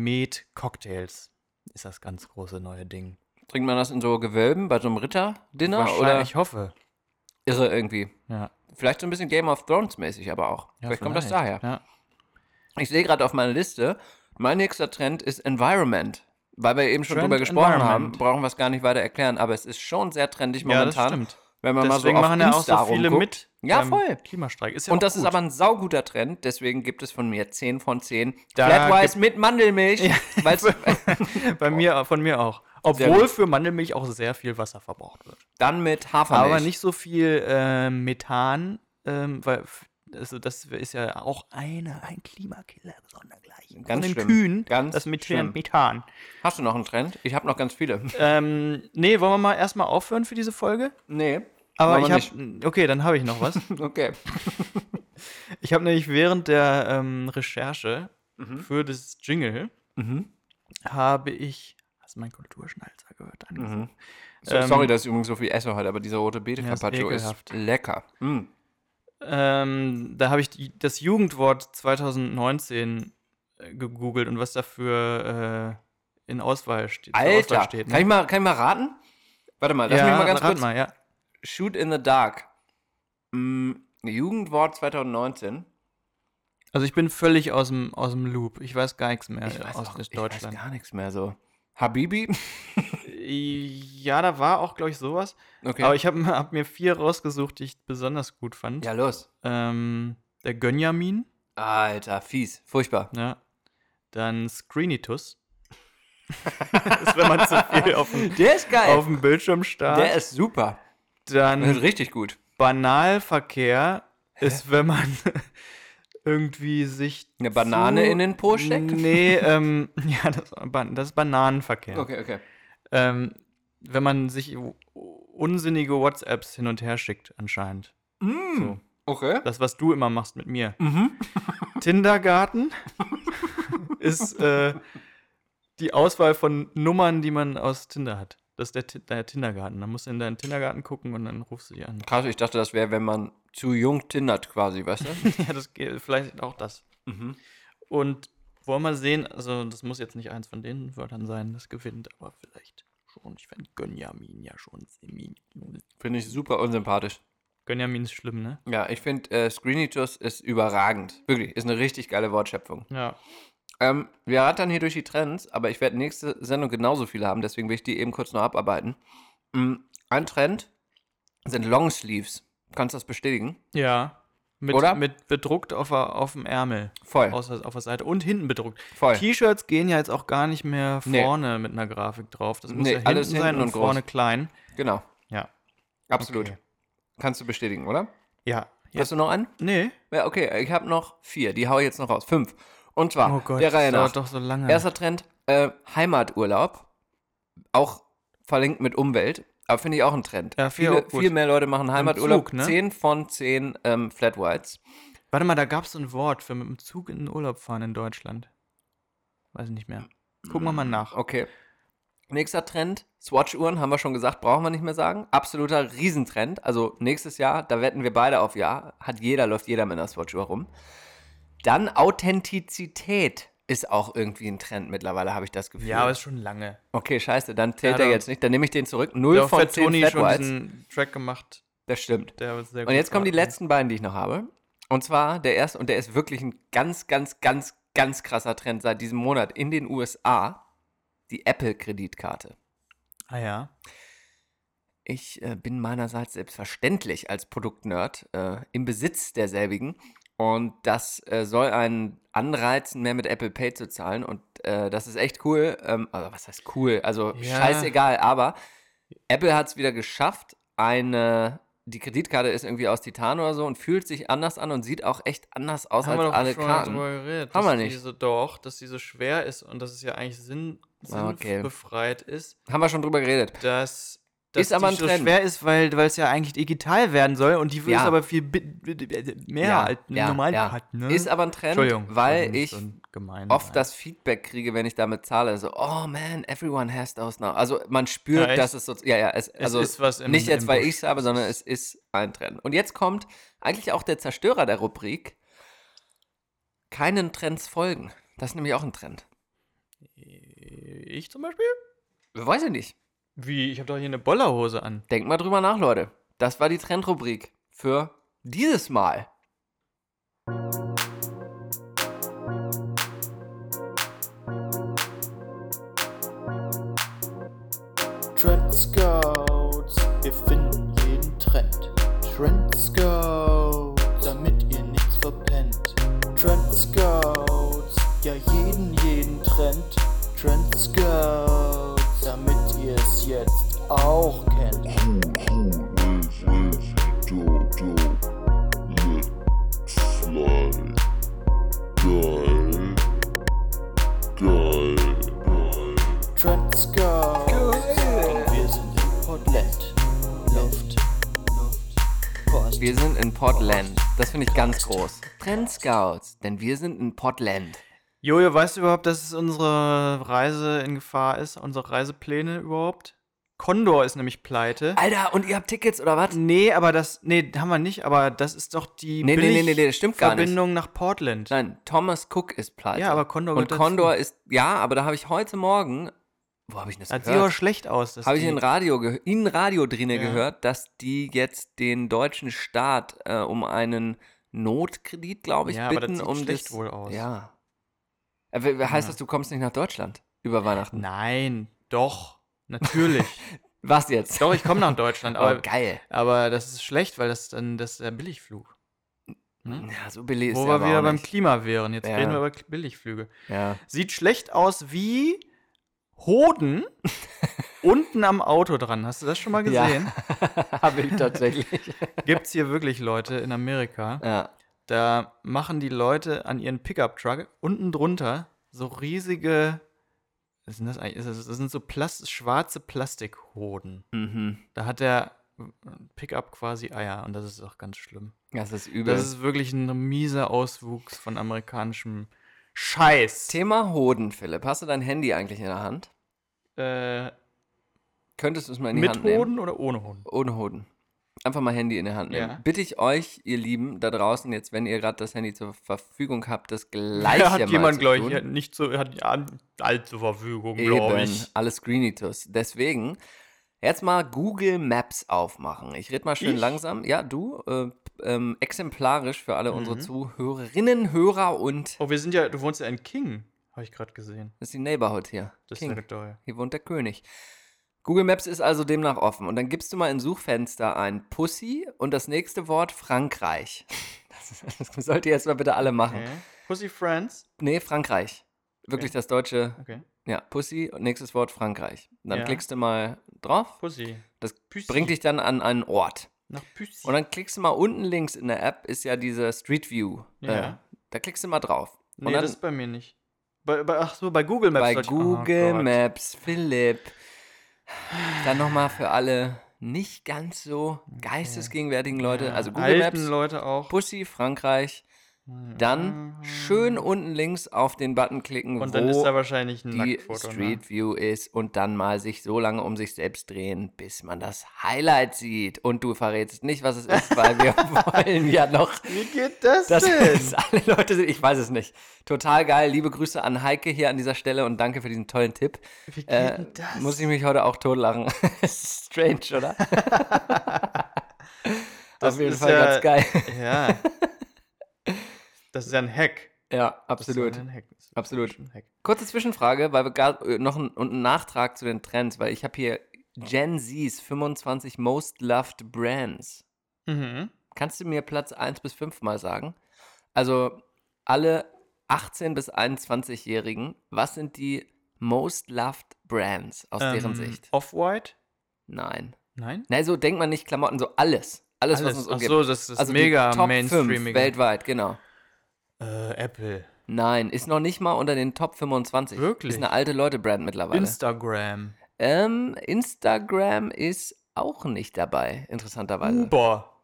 Met-Cocktails. Ist das ganz große neue Ding.
Trinkt man das in so Gewölben bei so einem Ritter-Dinner? Oder
Wahrscheinlich, ich hoffe.
irre irgendwie.
Ja,
Vielleicht so ein bisschen Game of Thrones-mäßig aber auch.
ja,
vielleicht, kommt das daher.
vielleicht. Ja.
Ich sehe gerade auf meiner Liste, mein nächster Trend ist Environment. Weil wir eben schon
Trend
drüber gesprochen haben,
Environment.
brauchen wir es gar nicht weiter erklären, aber es ist schon sehr trendig
Ja,
momentan.
das stimmt.
Wenn man
Deswegen
mal so auf
machen ja auch
Insta
so viele
rumguckt.
mit.
Ja,
beim
voll.
Klimastreik. Ist ja
Und
auch
das
gut.
ist aber ein sauguter Trend, deswegen gibt es von mir 10 von 10
Da
Flatwise mit Mandelmilch. Weil's,
Bei mir, von mir auch. Obwohl für Mandelmilch auch sehr viel Wasser verbraucht wird.
dann mit Hafermilch.
Aber nicht so viel ähm, Methan, ähm, weil f- also das ist ja auch eine, ein Klimakiller sondergleichen.
Ganz
Von den
schlimm.
Kühen,
Ganz
das mit
schlimm.
Methan.
Hast du noch einen Trend? Ich habe noch ganz viele.
Ähm, nee, wollen wir mal erstmal aufhören für diese Folge?
nee.
Aber
wollen wir
ich habe, okay, dann habe ich noch was.
nicht. Okay.
ich habe nämlich während der ähm, Recherche
Mhm.
für das Jingle habe ich, hast du meinen Kulturschnalzer gehört?
Mhm.
Angesagt?
So, sorry, dass ich übrigens so viel esse heute, aber dieser rote Beete
Ähm, Ja, ist
Carpaccio ist,
ekelhaft.
lecker. Mm.
Ähm, da habe ich die, das Jugendwort 2019 äh, gegoogelt und was dafür äh, in Auswahl steht. zur
Alter,
Auswahl steht,
kann,
ne?
ich mal, kann ich mal raten? Warte mal, lass
ja,
mich mal ganz
rat
kurz.
Mal, ja.
Shoot in the Dark. Mm, Jugendwort 2019.
Also ich bin völlig aus dem, aus dem Loop. Ich weiß gar nichts mehr aus
auch-
Deutschland.
Ich weiß gar nichts mehr so. Habibi?
ja, da war auch, glaube ich, sowas.
Okay.
Aber ich habe hab mir vier rausgesucht, die ich besonders gut fand.
ja, los.
Ähm, der Gönjamin,
Alter, fies. Furchtbar.
ja. Dann Screenitus. das ist, wenn man zu viel auf dem,
Der ist geil.
auf dem Bildschirm starrt.
Der ist super. Der ist
Dann
richtig gut.
Banalverkehr ist, wenn man irgendwie sich.
Eine Banane
zu-
in den Po steckt?
Nee, ähm, ja, das, Ban- das ist Bananenverkehr.
Okay, okay.
Ähm, wenn man sich u- unsinnige WhatsApps hin und her schickt, anscheinend. So.
Okay.
Das, was du immer machst mit mir. Tindergarten ist äh, die Auswahl von Nummern, die man aus Tinder hat. Das ist der, Ti- der Tindergarten. Dann musst du in deinen Kindergarten gucken und dann rufst du die an.
Krass, ich dachte, das wäre, wenn man zu jung tindert quasi, weißt du?
Ja, das geht, vielleicht auch das.
Mhm.
Und wollen wir sehen, also das muss jetzt nicht eins von den Wörtern sein, das gewinnt, aber vielleicht schon. Ich fände Gönjamin ja schon ziemlich.
Finde ich super unsympathisch.
Gönjamin ist schlimm, ne?
Ja, ich finde, äh, Screenitus ist überragend. Wirklich, ist eine richtig geile Wortschöpfung.
Ja.
Ähm, wir rattern hier durch die Trends, aber ich werde nächste Sendung genauso viele haben, deswegen will ich die eben kurz noch abarbeiten. Mm, Ein Trend sind Longsleeves. Kannst du das bestätigen?
Ja. Mit,
Oder?
mit bedruckt auf, der- auf dem Ärmel.
Voll.
Aus, der- auf der Seite und hinten bedruckt.
Voll.
T-Shirts gehen ja jetzt auch gar nicht mehr
Nee.
vorne mit einer Grafik drauf. Das muss
Nee,
ja hinten,
alles
sein
hinten
und,
und groß.
vorne klein.
Genau,
Ja.
absolut.
Okay.
Kannst du bestätigen, oder?
Ja.
Hast du noch einen?
Nee.
Ja, okay, ich habe noch vier. Die hau ich jetzt noch raus. Fünf. Und zwar
Oh Gott,
Ah, der Reihe
das
nach.
dauert doch so lange.
Erster Trend, äh, Heimaturlaub. Auch verlinkt mit Umwelt. Aber finde ich auch ein Trend.
Ja, finde ich
Viele,
auch gut.
viel mehr Leute machen Heimaturlaub.
Zug, ne?
10 von 10 ähm, Flat Whites.
Warte mal, da gab es ein Wort für mit dem Zug in den Urlaub fahren in Deutschland. Weiß ich nicht mehr. Gucken wir mal nach.
Mm, Okay. Nächster Trend, Swatch-Uhren, haben wir schon gesagt, brauchen wir nicht mehr sagen. Absoluter Riesentrend. Also nächstes Jahr, da wetten wir beide auf Ja. Hat jeder, läuft jeder mit einer Swatch-Uhr rum. Dann Authentizität ist auch irgendwie ein Trend mittlerweile, habe ich das Gefühl.
ist schon lange.
okay, scheiße, dann zählt
Ja,
er
da-
jetzt nicht. Dann nehme ich den zurück.
Da
0
hat
von
Fat
10
Tony
Flat
schon
Whites.
diesen Track gemacht,
Das stimmt.
der sehr gut
Und jetzt kommen die
war.
letzten beiden, die ich noch habe. Und zwar der erste, und der ist wirklich ein ganz, ganz, ganz, ganz krasser Trend seit diesem Monat in den USA, die Apple-Kreditkarte.
Ah ja.
Ich äh, bin meinerseits selbstverständlich als Produktnerd äh, im Besitz derselbigen Und das äh, soll einen anreizen, mehr mit Apple Pay zu zahlen. Und äh, das ist echt cool. Ähm, also, was heißt cool? Also,
Ja.
scheißegal. Aber Apple hat es wieder geschafft. Eine, die Kreditkarte ist irgendwie aus Titan oder so und fühlt sich anders an und sieht auch echt anders aus
Haben wir
als
doch
alle
schon
Karten.
drüber geredet.
Haben
dass
wir nicht.
Die so, doch, dass die so schwer ist und dass es ja eigentlich sinn,
Ah, okay.
sinnbefreit ist,
Haben wir schon drüber geredet.
dass, dass
Ist aber
die
ein
so
Trend.
schwer ist, weil weil es ja eigentlich digital werden soll und die ist
Ja.
aber viel bi- bi- bi- mehr als eine normale Karte. Ne?
Ist aber ein Trend,
Entschuldigung,
weil
wollte nicht
ich
so gemein sein.
oft das Feedback kriege, wenn ich damit zahle. So, oh man, everyone has those now. Also man spürt,
Ja, echt?
dass es so. Ja, ja, es, also
ist was im-
nicht jetzt,
im
weil
Busch.
ich es habe, sondern es ist ein Trend. Und jetzt kommt eigentlich auch der Zerstörer der Rubrik. Keinen Trends folgen. Das ist nämlich auch ein Trend.
Ich zum Beispiel?
Weiß ich nicht.
Wie? Ich habe doch hier eine Bollerhose an.
Denkt mal drüber nach, Leute. Das war die Trendrubrik für dieses Mal.
Trend Scouts, wir finden jeden Trend. Trend Scouts, damit ihr nichts verpennt. Trend Scouts, ja jeden, jeden Trend. Trend Scouts, damit ihr es jetzt auch kennt. Trend Scouts, und wir sind in Portland. Luft, Luft, Post.
Wir sind in Portland. Das finde ich ganz groß. Trend Scouts, denn wir sind in Portland.
Jojo, weißt du überhaupt, dass es unsere Reise in Gefahr ist? Unsere Reisepläne überhaupt? Condor ist nämlich pleite.
Alter, und ihr habt Tickets oder was?
Nee, aber das. Nee, haben wir nicht, aber das ist doch die
Nee, nee, nee, nee, nee, das stimmt gar nicht.
Verbindung nach Portland.
Nein, Thomas Cook ist pleite.
Ja, aber Condor
Und
gehört
Condor ist, ja, aber da habe ich heute Morgen, wo habe ich das
Das sieht doch
gehört?
schlecht aus. dass
Habe ich
die-
in Radio, ge- in Radio drinne
Ja.
gehört, dass die jetzt den deutschen Staat äh, um einen Notkredit, glaube ich,
Ja, aber das
bitten,
sieht
um
schlecht
das,
wohl aus.
Ja. Aber we- heißt
Ja.
das, du kommst nicht nach Deutschland über Weihnachten?
Nein, doch. Natürlich.
Was jetzt?
doch, ich komme nach Deutschland,
Aber
aber,
geil.
aber das ist schlecht, weil das dann das ist der Billigflug. Hm?
Ja, so billig ist
Wo
der
wir
aber
wieder
auch
beim
nicht.
Klima wären. Jetzt
Ja.
reden wir über Kl- Billigflüge.
Ja.
Sieht schlecht aus wie Hoden unten am Auto dran. Hast du das schon mal gesehen?
Ja. habe ich tatsächlich.
Gibt's hier wirklich Leute in Amerika.
ja.
Da machen die Leute an ihren Pickup-Truck unten drunter so riesige. Was sind das eigentlich? Das das sind so Plast schwarze Plastikhoden.
Mhm.
Da hat der Pickup quasi Eier und das ist auch ganz schlimm.
Das ist übel.
Das ist wirklich ein mieser Auswuchs von amerikanischem Scheiß.
Thema Hoden, Philipp. Hast du dein Handy eigentlich in der Hand?
Äh,
Könntest du es mal in die
mit
Hand nehmen?
Hoden oder ohne Hoden?
Ohne Hoden. Einfach mal Handy in der Hand nehmen.
Ja.
Bitte ich euch, ihr Lieben, da draußen jetzt, wenn ihr gerade das Handy zur Verfügung habt, das gleiche
Ja, hat
mal
jemand,
zu
glaube
tun.
ich, nicht so, hat an- all zur Verfügung, glaube
Eben,
ich.
alles Greenitus. Deswegen, jetzt mal Google Maps aufmachen. Ich rede mal schön
Ich?
langsam. Ja, du, äh, ähm, exemplarisch für alle unsere
Mhm.
Zuhörerinnen, Hörer und
Oh, wir sind ja, du wohnst ja in King, habe ich gerade gesehen.
das ist die Neighborhood hier.
Das
King.
ist ja toll.
Hier wohnt der König. Google Maps ist also demnach offen. Und dann gibst du mal im Suchfenster ein Pussy und das nächste Wort Frankreich. Das, das sollt ihr jetzt mal bitte alle machen.
Okay. Pussy Friends.
Nee, Frankreich. Wirklich das deutsche.
Okay.
Ja, Pussy und nächstes Wort Frankreich. Und Dann
Ja.
klickst du mal drauf.
Pussy.
Das
Pussy.
bringt dich dann an einen Ort.
Nach Pussy.
Und dann klickst du mal unten links in der App, ist ja diese Street View.
Ja.
Äh, da klickst du mal drauf.
nee,
und dann
das ist bei mir nicht. Bei, bei, ach so, bei Google Maps.
bei
sollte ich-
Google
oh Gott.
Maps, Philipp. Dann nochmal für alle nicht ganz so geistesgegenwärtigen Leute. Also Google
Alten
Maps,
Leute auch.
Pussy, Frankreich. Dann schön unten links auf den Button klicken,
Mhm. Und
wo
dann ist da wahrscheinlich ein
die
Nacktfoto.
Street
Ne?
View ist und dann mal sich so lange um sich selbst drehen, bis man das Highlight sieht. Und du verrätst nicht, was es ist, weil wir wollen ja noch
Wie geht das,
das
denn?
ist alle Leute sind, ich weiß es nicht. Total geil. Liebe Grüße an Heike hier an dieser Stelle und danke für diesen tollen Tipp.
Wie geht
Äh,
denn das?
Muss ich mich heute auch totlachen. Strange, oder? Auf jeden
ist
Fall
ja-
ganz geil.
ja. Das ist ja ein Hack.
Ja,
Das ist ja
absolut.
Ein Hack. Das ist
Absolut.
schon Ein Hack.
Kurze Zwischenfrage, weil wir gar, äh, noch ein, und ein Nachtrag zu den Trends, weil ich habe hier Gen Z's 25 Most Loved Brands.
Mhm.
Kannst du mir Platz 1 bis 5 mal sagen? Also alle 18- bis 21-Jährigen, was sind die most loved Brands aus deren
Ähm,
Sicht?
Off-White?
Nein.
Nein?
Nein, so denkt man nicht Klamotten, so alles. Alles, was uns
Ach
umgibt.
so, das ist
also
mega
die Top
mainstreamig.
5 weltweit, genau.
Äh, Apple.
Nein, ist noch nicht mal unter den Top 25.
Wirklich?
Ist eine alte Leute-Brand mittlerweile.
Instagram.
ähm, Instagram ist auch nicht dabei, interessanterweise.
Uber.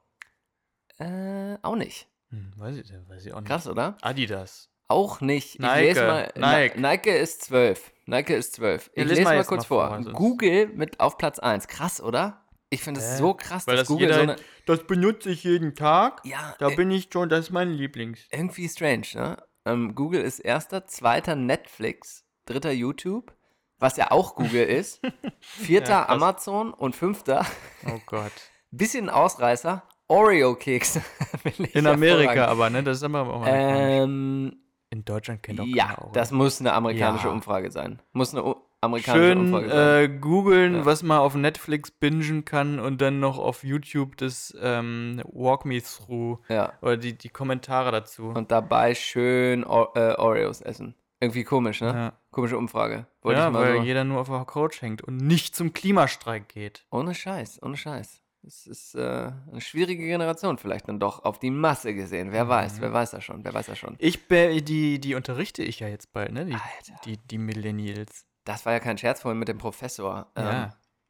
Äh, auch nicht.
Hm, weiß, ich, weiß ich auch nicht.
Krass, oder?
Adidas.
Auch nicht. Ich
Nike,
lese mal.
Nike.
Ni- Nike ist 12. Nike ist 12. Ich
Ja,
lese mal,
jetzt
kurz
mal vor,
vor.
also-
Google mit auf Platz 1. Krass, oder? Ich finde das
Hä?
so krass,
Weil
dass
das
Google
jeder.
so eine.
Das benutze ich jeden Tag.
Ja,
Da
äh,
bin ich schon, das ist mein Lieblings.
irgendwie strange, ne? Ähm, Google ist erster, zweiter Netflix, dritter YouTube, was ja auch Google ist, vierter
Ja, krass.
Amazon und fünfter,
Oh Gott.
bisschen Ausreißer, Oreo-Kekse. Finde ich
In Amerika
hervorragend.
aber, ne? Das ist aber auch amerikanisch.
Ähm,
In Deutschland kennt auch
ja,
keiner Oreo.
das muss eine amerikanische
Ja.
Umfrage sein. Muss eine U- amerikanische
Schön
Umfrage sein.
äh, googeln,
Ja.
was man auf Netflix bingen kann und dann noch auf YouTube das ähm, Walk Me Through
Ja.
oder die, die Kommentare dazu.
Und dabei schön o äh, Oreos essen. Irgendwie komisch, ne?
Ja.
Komische Umfrage. Wollte
ja,
ich mal
weil
so.
jeder nur auf der Couch hängt und nicht zum Klimastreik geht.
Ohne Scheiß, ohne Scheiß. Es ist äh, eine schwierige Generation, vielleicht dann doch auf die Masse gesehen. Wer weiß,
Mhm.
wer weiß das schon, wer weiß das schon.
Ich be- die, die unterrichte ich ja jetzt bald, ne? Die,
Alter.
die, die Millennials.
Das war ja kein Scherz vorhin mit dem Professor. Ähm,
Ja.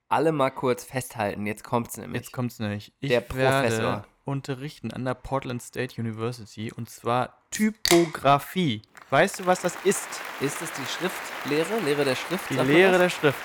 Alle mal kurz festhalten, jetzt kommt's nämlich.
Jetzt kommt's nämlich. Ich
Der Professor.
werde unterrichten an der Portland State University und zwar Typografie. Weißt du, was das ist?
Ist es die Schriftlehre, Lehre der Schrift?
Die
sagt man
Lehre
das?
der Schrift.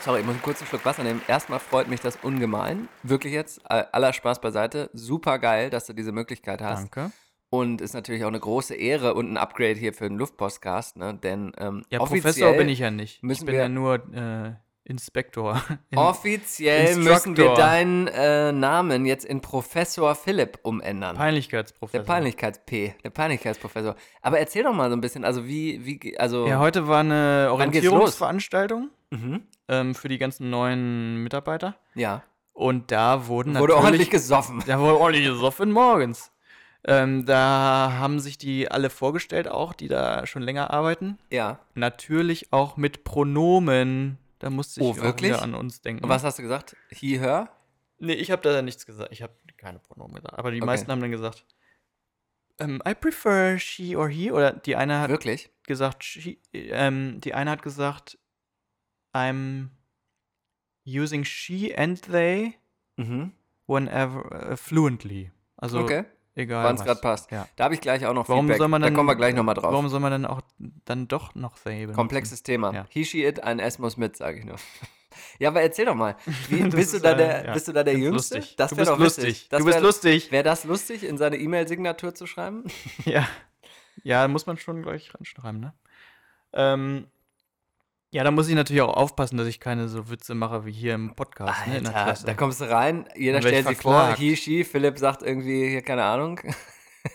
Sorry, ich muss einen kurzen Schluck Wasser nehmen. Erstmal freut mich das ungemein. Wirklich jetzt, äh, aller Spaß beiseite. Super geil, dass du diese Möglichkeit hast.
Danke.
Und ist natürlich auch eine große Ehre und ein Upgrade hier für den Luftpostcast, ne? Denn ähm,
Ja, Professor
offiziell-
bin ich ja nicht.
müssen
ich bin
wir-
ja nur äh, Inspektor. In,
Offiziell müssen wir
Instructor.
deinen äh, Namen jetzt in Professor Philipp umändern. der
Peinlichkeitsprofessor.
Peinlichkeits-P, der Peinlichkeitsprofessor. Aber erzähl doch mal so ein bisschen, also wie, wie, ge- also,
Ja, heute war eine
Wann geht's los?
Orientierungsveranstaltung
mhm.
ähm, für die ganzen neuen Mitarbeiter.
ja.
Und da wurden
wurde ordentlich
natürlich.
gesoffen.
da wurde ordentlich gesoffen morgens. Ähm, da haben sich die alle vorgestellt, auch die da schon länger arbeiten.
Ja.
Natürlich auch mit Pronomen. Da musste ich
Oh,
auch
wirklich?
wieder an uns denken.
Und was hast du gesagt? He, her?
Nee, ich habe da nichts gesagt. Ich habe keine Pronomen gesagt. Aber die
Okay.
meisten haben dann gesagt, ähm, I prefer she or he. Oder die eine hat
Wirklich?
gesagt, she, ähm, die eine hat gesagt, I'm using she and they
Mhm.
whenever äh, fluently. Also
okay.
egal.
Wann es
was.
gerade passt.
Ja.
Da habe ich gleich auch noch
Warum
Feedback.
soll man dann,
da kommen wir gleich nochmal drauf.
Warum soll man dann auch dann doch noch they benutzen?
Komplexes Thema.
Ja.
He, she, it, ein S muss mit, sage ich nur. Ja, aber erzähl doch mal. Wie,
Das
bist, du
ist,
da
äh,
der,
ja,
bist du da der
ganz
Jüngste?
Lustig.
Das
du
wär
bist
doch witzig.
lustig.
Das
du bist
wär-
lustig.
Wäre das lustig, in seine E-Mail-Signatur zu schreiben?
Ja. Ja, muss man schon gleich ranschreiben, ne? Ähm, ja, da muss ich natürlich auch aufpassen, dass ich keine so Witze mache wie hier im Podcast. ne, in der
Alter,
Klasse.
da kommst du rein, jeder
Dann werd ich
stellt sich vor,
verklagt.
he, she, Philipp sagt irgendwie, hier, keine Ahnung.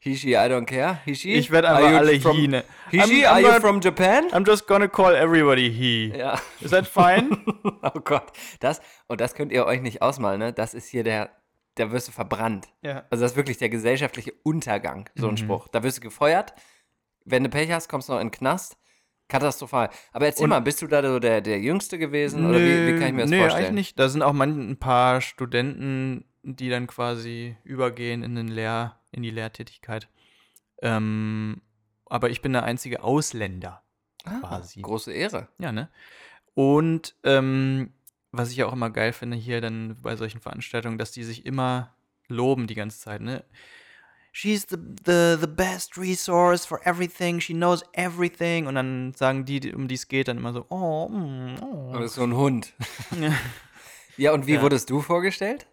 he, she, I don't care. He, she?
ich werde
Are
einfach
you
alle
from,
he, ne?
He,
I'm-
she,
I'm
are you
gonna-
from Japan?
I'm just gonna call everybody he.
Ja.
Is that fine?
oh Gott. Das, und das könnt ihr euch nicht ausmalen, ne? Das ist hier der, da wirst du verbrannt.
ja.
Also das ist wirklich der gesellschaftliche Untergang, so
Mhm.
ein Spruch. Da wirst du gefeuert. Wenn du Pech hast, kommst du noch in den Knast. Katastrophal. Aber erzähl
Und-
mal, bist du da so der, der Jüngste gewesen? oder wie, wie kann ich mir das
nee,
vorstellen?
eigentlich nicht. Da sind auch manch, ein paar Studenten, die dann quasi übergehen in, den Lehr-, in die Lehrtätigkeit. Ähm, aber ich bin der einzige Ausländer
Oh
quasi.
Ah, Große Ehre.
Ja, ne? Und ähm, was ich ja auch immer geil finde hier dann bei solchen Veranstaltungen, dass die sich immer loben die ganze Zeit, ne? She's the, the, the best resource for everything. She knows everything. Und dann sagen die, die- um die es geht, dann immer so, oh, mm,
Und
oh.
das ist so ein Hund.
Ja.
Ja, und wie wurdest du vorgestellt?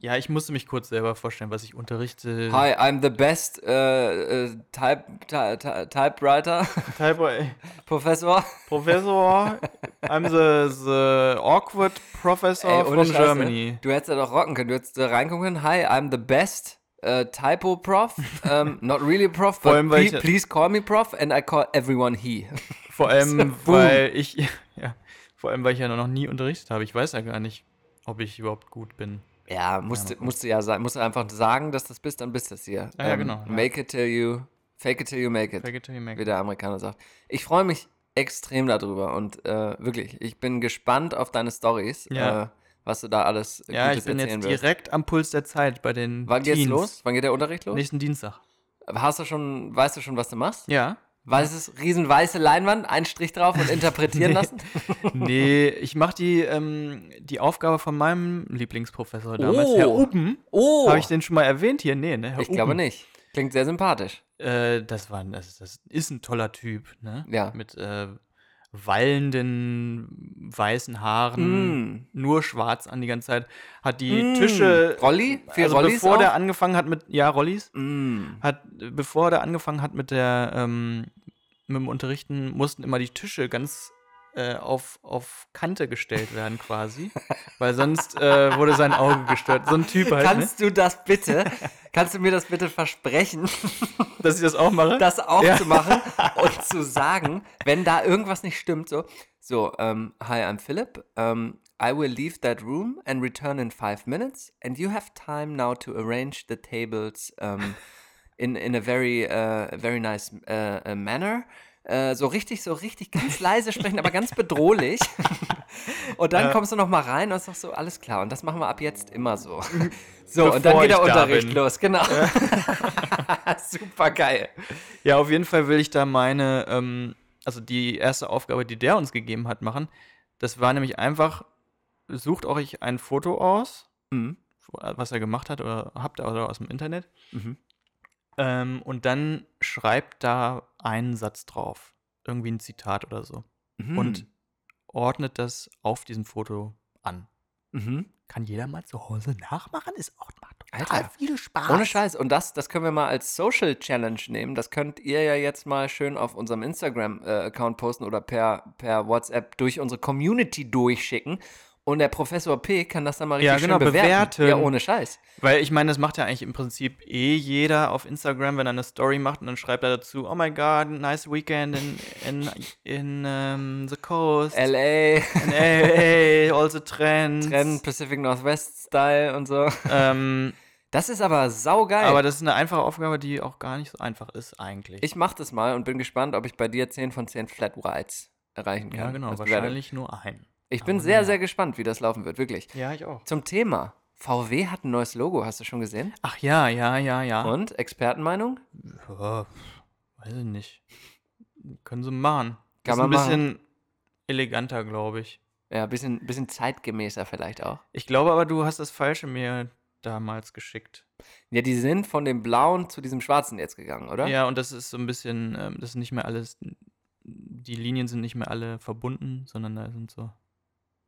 Ja, ich musste mich kurz selber vorstellen, was ich unterrichte.
Hi, I'm the best äh, äh, type, ty, ty, Typewriter,
Type,
Professor.
Professor, I'm the, the awkward professor
Ey, ohne
from
Scheiße.
Germany.
Du hättest da doch rocken können. Du hättest da reingucken können. Hi, I'm the best äh, typo prof. Um, not really prof, but
allem, weil
ple-
ich-
please call me prof and I call everyone he.
Vor allem,
Boom.
weil ich, ja, vor allem, weil ich ja noch nie unterrichtet habe. Ich weiß ja gar nicht, ob ich überhaupt gut bin.
Ja, musst, du- musst du ja sein, musst du einfach sagen, dass das bist, dann bist das hier. Ähm,
Ja, ja, genau, ja.
Make it till you, fake it till you make it,
Fake it till you make
wie
it.
der Amerikaner sagt. Ich freue mich extrem darüber und äh, wirklich, ich bin gespannt auf deine Stories,
Ja.
äh, was du da alles äh,
Ja, ich
Gutes
bin
erzählen
jetzt
wirst.
direkt am Puls der Zeit bei den
Wann
Teens.
geht's los? Wann geht der Unterricht los?
Nächsten Dienstag.
Hast du schon, weißt du schon, was du machst?
Ja.
Weißes, riesen weiße Leinwand, einen Strich drauf und interpretieren lassen?
Nee, ich mache die, ähm, die Aufgabe von meinem Lieblingsprofessor damals,
Oh.
Herr Uben.
Oh!
Habe ich den schon mal erwähnt hier? Nee, ne? Herr
ich glaube
Uben.
nicht. Klingt sehr sympathisch.
Äh, das, war, ein- das, das ist ein toller Typ, ne?
Ja.
Mit äh, wallenden weißen Haaren,
Mm.
nur schwarz an die ganze Zeit. Hat die
Mm.
Tische.
Rolli? Viel
also
Rollis
bevor
auch?
der angefangen hat mit. Ja, Rollis.
Mm.
Hat, bevor der angefangen hat mit der, ähm, mit dem Unterrichten, mussten immer die Tische ganz äh, auf, auf Kante gestellt werden, quasi. Weil sonst äh, wurde sein Auge gestört. So ein Typ halt,
Kannst du das bitte, kannst du mir das bitte versprechen,
ne? dass ich das auch mache.
das auch
Ja.
zu machen und zu sagen, wenn da irgendwas nicht stimmt, so, so, ähm, hi, I'm Philip, ähm, I will leave that room and return in five minutes and you have time now to arrange the tables ähm, in, in a very, äh, very nice äh, äh, manner. Äh, so richtig, so richtig ganz leise sprechen, aber ganz bedrohlich. Und dann kommst du noch mal rein und sagst so, alles klar. Und das machen wir ab jetzt immer so. So, und dann
Bevor
geht der
ich da
Unterricht
bin.
los, genau. Super geil.
Ja, auf jeden Fall will ich da meine, ähm, also die erste Aufgabe, die der uns gegeben hat, machen. Das war nämlich einfach, sucht euch ein Foto aus,
Mhm.
was er gemacht hat oder habt ihr oder aus dem Internet.
Mhm.
Ähm, und dann schreibt da einen Satz drauf. Irgendwie ein Zitat oder so.
Mhm.
Und ordnet das auf diesem Foto an.
Mhm.
Kann jeder mal zu Hause nachmachen? Ist auch macht total
Alter.
viel Spaß.
Ohne Scheiß. Und das, das können wir mal als Social Challenge nehmen. Das könnt ihr ja jetzt mal schön auf unserem Instagram-Account posten oder per, per WhatsApp durch unsere Community durchschicken. Und der Professor P kann das dann mal richtig
Ja, genau,
schön bewerten.
bewerten.
Ja, ohne Scheiß.
Weil ich meine, das macht ja eigentlich im Prinzip eh jeder auf Instagram, wenn er eine Story macht und dann schreibt er dazu, oh my god, nice weekend in, in, in ähm, the coast.
LA,
in LA, all the trends.
Rennen, Pacific Northwest Style und so.
Ähm,
Das ist aber saugeil.
aber das ist eine einfache Aufgabe, die auch gar nicht so einfach ist eigentlich.
ich mach das mal und bin gespannt, ob ich bei dir 10 von 10 Flat Whites erreichen kann.
ja, genau,
als Bewertung.
wahrscheinlich nur einen.
Ich bin
Aber
sehr,
naja.
sehr gespannt, wie das laufen wird, wirklich.
Ja, ich auch.
Zum Thema. VW hat ein neues Logo, hast du schon gesehen?
Ach ja, ja, ja, ja.
Und? Expertenmeinung?
Ja, weiß ich nicht. Können sie machen.
Kann
ist
man
ein bisschen eleganter, glaube ich.
Ja, ein bisschen, bisschen zeitgemäßer vielleicht auch.
Ich glaube aber, du hast das Falsche mir damals geschickt.
Ja, die sind von dem Blauen zu diesem Schwarzen jetzt gegangen, oder?
Ja, und das ist so ein bisschen, ähm, das ist nicht mehr alles, die Linien sind nicht mehr alle verbunden, sondern da sind so.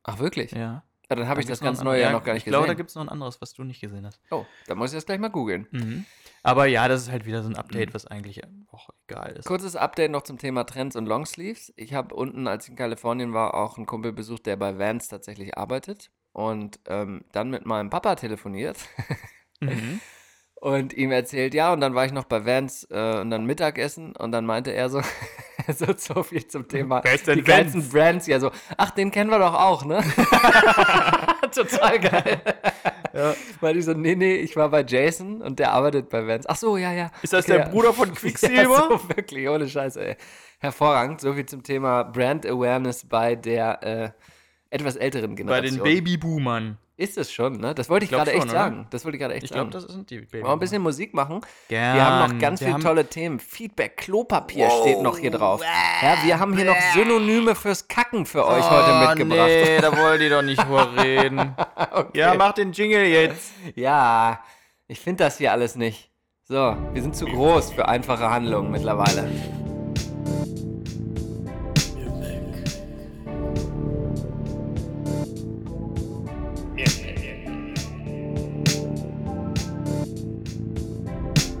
Ach, wirklich?
Ja.
Ah, dann habe ich das ganz neue ja noch gar nicht
Ich glaube, da
gesehen.
gibt es noch ein anderes, was du nicht gesehen hast.
oh, dann muss ich das gleich mal googeln.
Mhm. Aber ja, das ist halt wieder so ein
Mhm.
Update, was eigentlich äh, auch egal ist.
Kurzes Update noch zum Thema Trends und Longsleeves. Ich habe unten, als ich in Kalifornien war, auch einen Kumpel besucht, der bei Vans tatsächlich arbeitet. Und ähm, dann mit meinem Papa telefoniert.
Mhm.
und ihm erzählt, ja, und dann war ich noch bei Vans äh, und dann Mittagessen und dann meinte er so, so, so viel zum Thema.
Wer ist denn
die ganzen
Vans?
Brands, ja, so, ach, den kennen wir doch auch, ne? Total geil. Weil ich so, nee, nee, ich war bei Jason und der arbeitet bei Vans. Ach so, ja, ja.
Ist das
Okay,
der
ja.
Bruder von Quicksilver?
Ja, so, wirklich, ohne Scheiße, ey. Hervorragend, so viel zum Thema Brand Awareness bei der äh, etwas älteren
Bei
Generation.
den Babyboomern.
Ist es schon, ne? Das wollte ich
glaub
gerade echt
schon, oder?
sagen. Das wollte ich gerade echt
Ich
sagen.
glaube, das sind die Babyboomer.
Wollen wir ein bisschen Musik machen?
Gern.
Wir haben noch ganz
Wir
viele
haben-
tolle Themen. Feedback, Klopapier steht noch hier drauf. Ja, wir haben hier noch Synonyme fürs Kacken für euch heute mitgebracht.
Oh, Nee, da wollen die doch nicht drüber reden. Ja, mach den Jingle jetzt.
Ja, ich finde das hier alles nicht. So, wir sind zu groß für einfache Handlungen mittlerweile.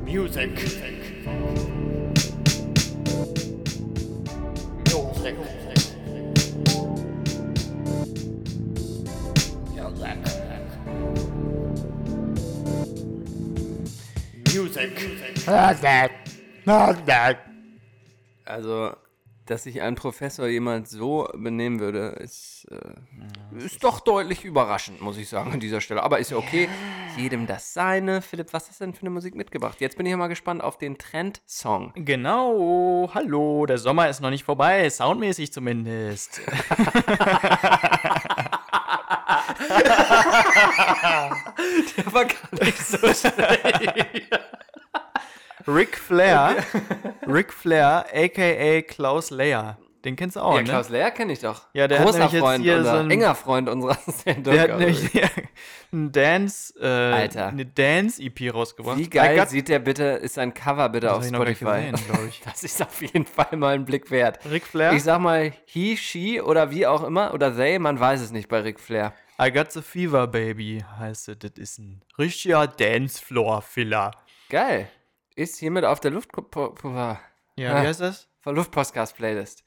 Music. Music. Music. Music.
Also, dass sich ein Professor jemand so benehmen würde, ist, äh, ist doch deutlich überraschend, muss ich sagen, an dieser Stelle. Aber ist ja okay. Jedem das seine. Philipp, was hast du denn für eine Musik mitgebracht? Jetzt bin ich ja mal gespannt auf den Trend-Song.
Genau, hallo, der Sommer ist noch nicht vorbei, soundmäßig zumindest.
Der war gar nicht so schlecht.
Ric Flair, Ric Flair, aka Klaus Leia. Den kennst du auch,
Ja,
ne?
Klaus Lehr kenne ich doch.
Ja, der hat
Großer
nämlich jetzt
Freund,
hier
unser,
so ein-
enger Freund unserer Sendung. Also,
Der hat
glaube ich.
nämlich einen Dance, äh,
Alter.
eine Dance-EP rausgebracht.
Wie geil
I got-
sieht der bitte, ist sein Cover bitte
Das
auf
hab ich noch gar nicht
Spotify.
gesehen, glaub ich.
Das ist auf jeden Fall mal ein Blick wert.
Ric Flair?
Ich sag mal, he, she oder wie auch immer oder they, man weiß es nicht bei Ric Flair.
I got the fever, baby, heißt es. Das ist ein richtiger Dancefloor-Filler.
Geil. Ist hiermit auf der Luft po- po-
Ja,
Ah.
wie heißt das?
von Luftpostcast-Playlist.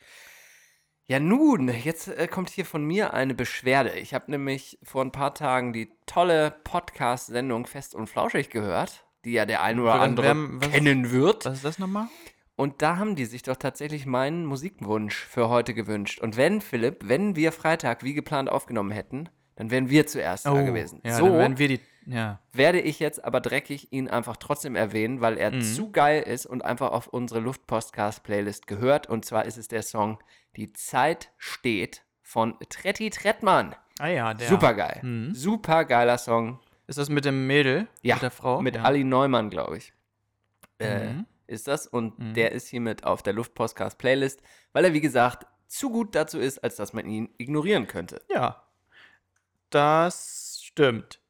Ja nun, jetzt äh, kommt hier von mir eine Beschwerde. Ich habe nämlich vor ein paar Tagen die tolle Podcast-Sendung Fest und Flauschig gehört, die ja der ein oder
Wer-
andere
wer- was-
kennen wird.
Was ist das nochmal?
Und da haben die sich doch tatsächlich meinen Musikwunsch für heute gewünscht. Und wenn, Philipp, wenn wir Freitag wie geplant aufgenommen hätten, dann wären wir zuerst da gewesen.
Oh, Ja,
so
dann werden wir die. Ja.
werde ich jetzt aber dreckig ihn einfach trotzdem erwähnen, weil
Mhm.
er zu geil ist und einfach auf unsere Luftpostcast-Playlist gehört. Und zwar ist es der Song Die Zeit steht von Tretti Trettmann.
Ah ja, der.
Supergeil. Supergeiler Song.
Ist das mit dem Mädel?
Ja,
Mit der Frau?
Mit
ja. Mhm.
Ali Neumann, glaube ich. Äh, Ist das? Und der ist hiermit auf der Luftpostcast-Playlist, weil er, wie gesagt, zu gut dazu ist, als dass man ihn ignorieren könnte.
Ja. Das stimmt.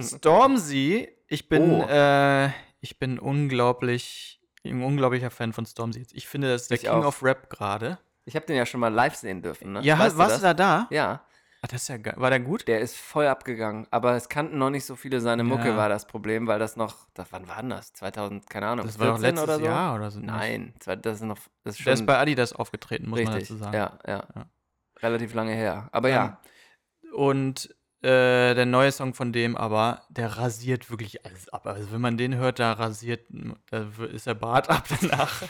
Stormzy, ich bin,
Oh.
äh, ich bin unglaublich, ein unglaublicher Fan von Stormzy. Ich finde, das ist der
Ich
King
auch.
of Rap gerade.
Ich habe den ja schon mal live sehen dürfen. Ne?
Ja,
Weißt
warst
das?
du da da?
Ja,
Ah, das ist ja geil. War der gut?
der ist voll abgegangen, aber es kannten noch nicht so viele seine Mucke,
Ja.
war das Problem, weil das noch, das, wann war denn das? 2000, keine Ahnung,
Das war doch
14
letztes
oder so?
Jahr oder so. nicht?
Nein, zwei- das ist noch, das ist schon
Der ist bei Adidas aufgetreten, muss man
richtig,
dazu sagen.
Ja, ja,
Ja.
relativ lange her, aber ja,
Und äh, der neue Song von dem aber, der rasiert wirklich alles ab. Also wenn man den hört, da rasiert, da w- ist der Bart ab danach.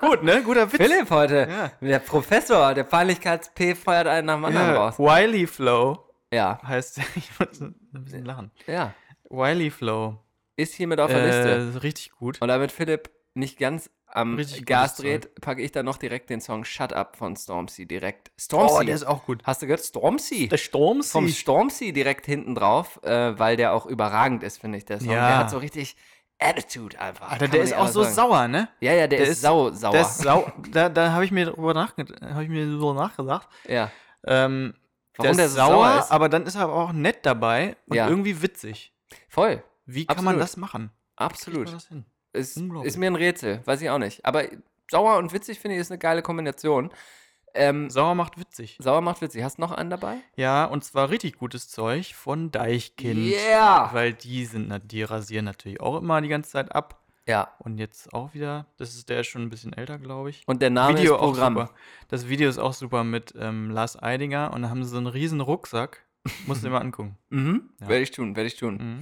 Gut, ne? Guter Witz.
Philipp heute,
Ja. Äh,
der Professor, der Peinlichkeits-P feuert einen nach dem anderen
Ja,
raus.
Wiley Flow
Ja,
heißt der. Ich muss ein bisschen lachen.
ja.
Wiley Flow.
Ist hiermit auf der Liste.
Äh, richtig gut.
Und damit Philipp nicht ganz am
Richtig
Gas
gutes Zeug.
dreht, packe ich dann noch direkt den Song Shut Up von Stormzy direkt.
Oh,
Stormzy.
auch gut.
Hast du gehört? Stormzy.
Der Stormzy.
Vom Stormzy direkt hinten drauf, äh, weil der auch überragend ist, finde ich, der Song.
Ja.
Der hat so richtig Attitude einfach.
Alter,
Ah, Kann
der
man
ist
nicht
auch
anders
so
sagen.
sauer, ne?
Ja, ja, der,
Der
ist,
ist-
sau, sauer.
Der ist sau. Da, da habe ich mir drüber nachgedacht. Habe ich mir so nachgedacht.
ja.
Ähm,
Warum
der
der
ist
so
sauer,
sauer ist?
aber dann ist er aber auch nett dabei und
Ja.
irgendwie witzig.
Voll.
Wie kann man
Absolut.
das machen? Wie kriegt man
Absolut.
das hin?
Ist,
Unglaublich.
ist mir ein Rätsel, weiß ich auch nicht. Aber sauer und witzig finde ich ist eine geile Kombination. Ähm,
Sauer macht witzig.
sauer macht witzig. Hast du noch einen dabei?
Ja, und zwar richtig gutes Zeug von Deichkind.
Yeah!
Weil die sind, na- die rasieren natürlich auch immer die ganze Zeit ab.
Ja.
Und jetzt auch wieder. Das ist der ist schon ein bisschen älter, glaube ich.
Und der Name
Video
ist
auch
Programm.
super. Das Video ist auch super mit ähm, Lars Eidinger und da haben sie so einen riesen Rucksack. Musst du dir mal angucken.
Mhm.
Ja.
Werde ich tun, werde ich tun.
Mhm.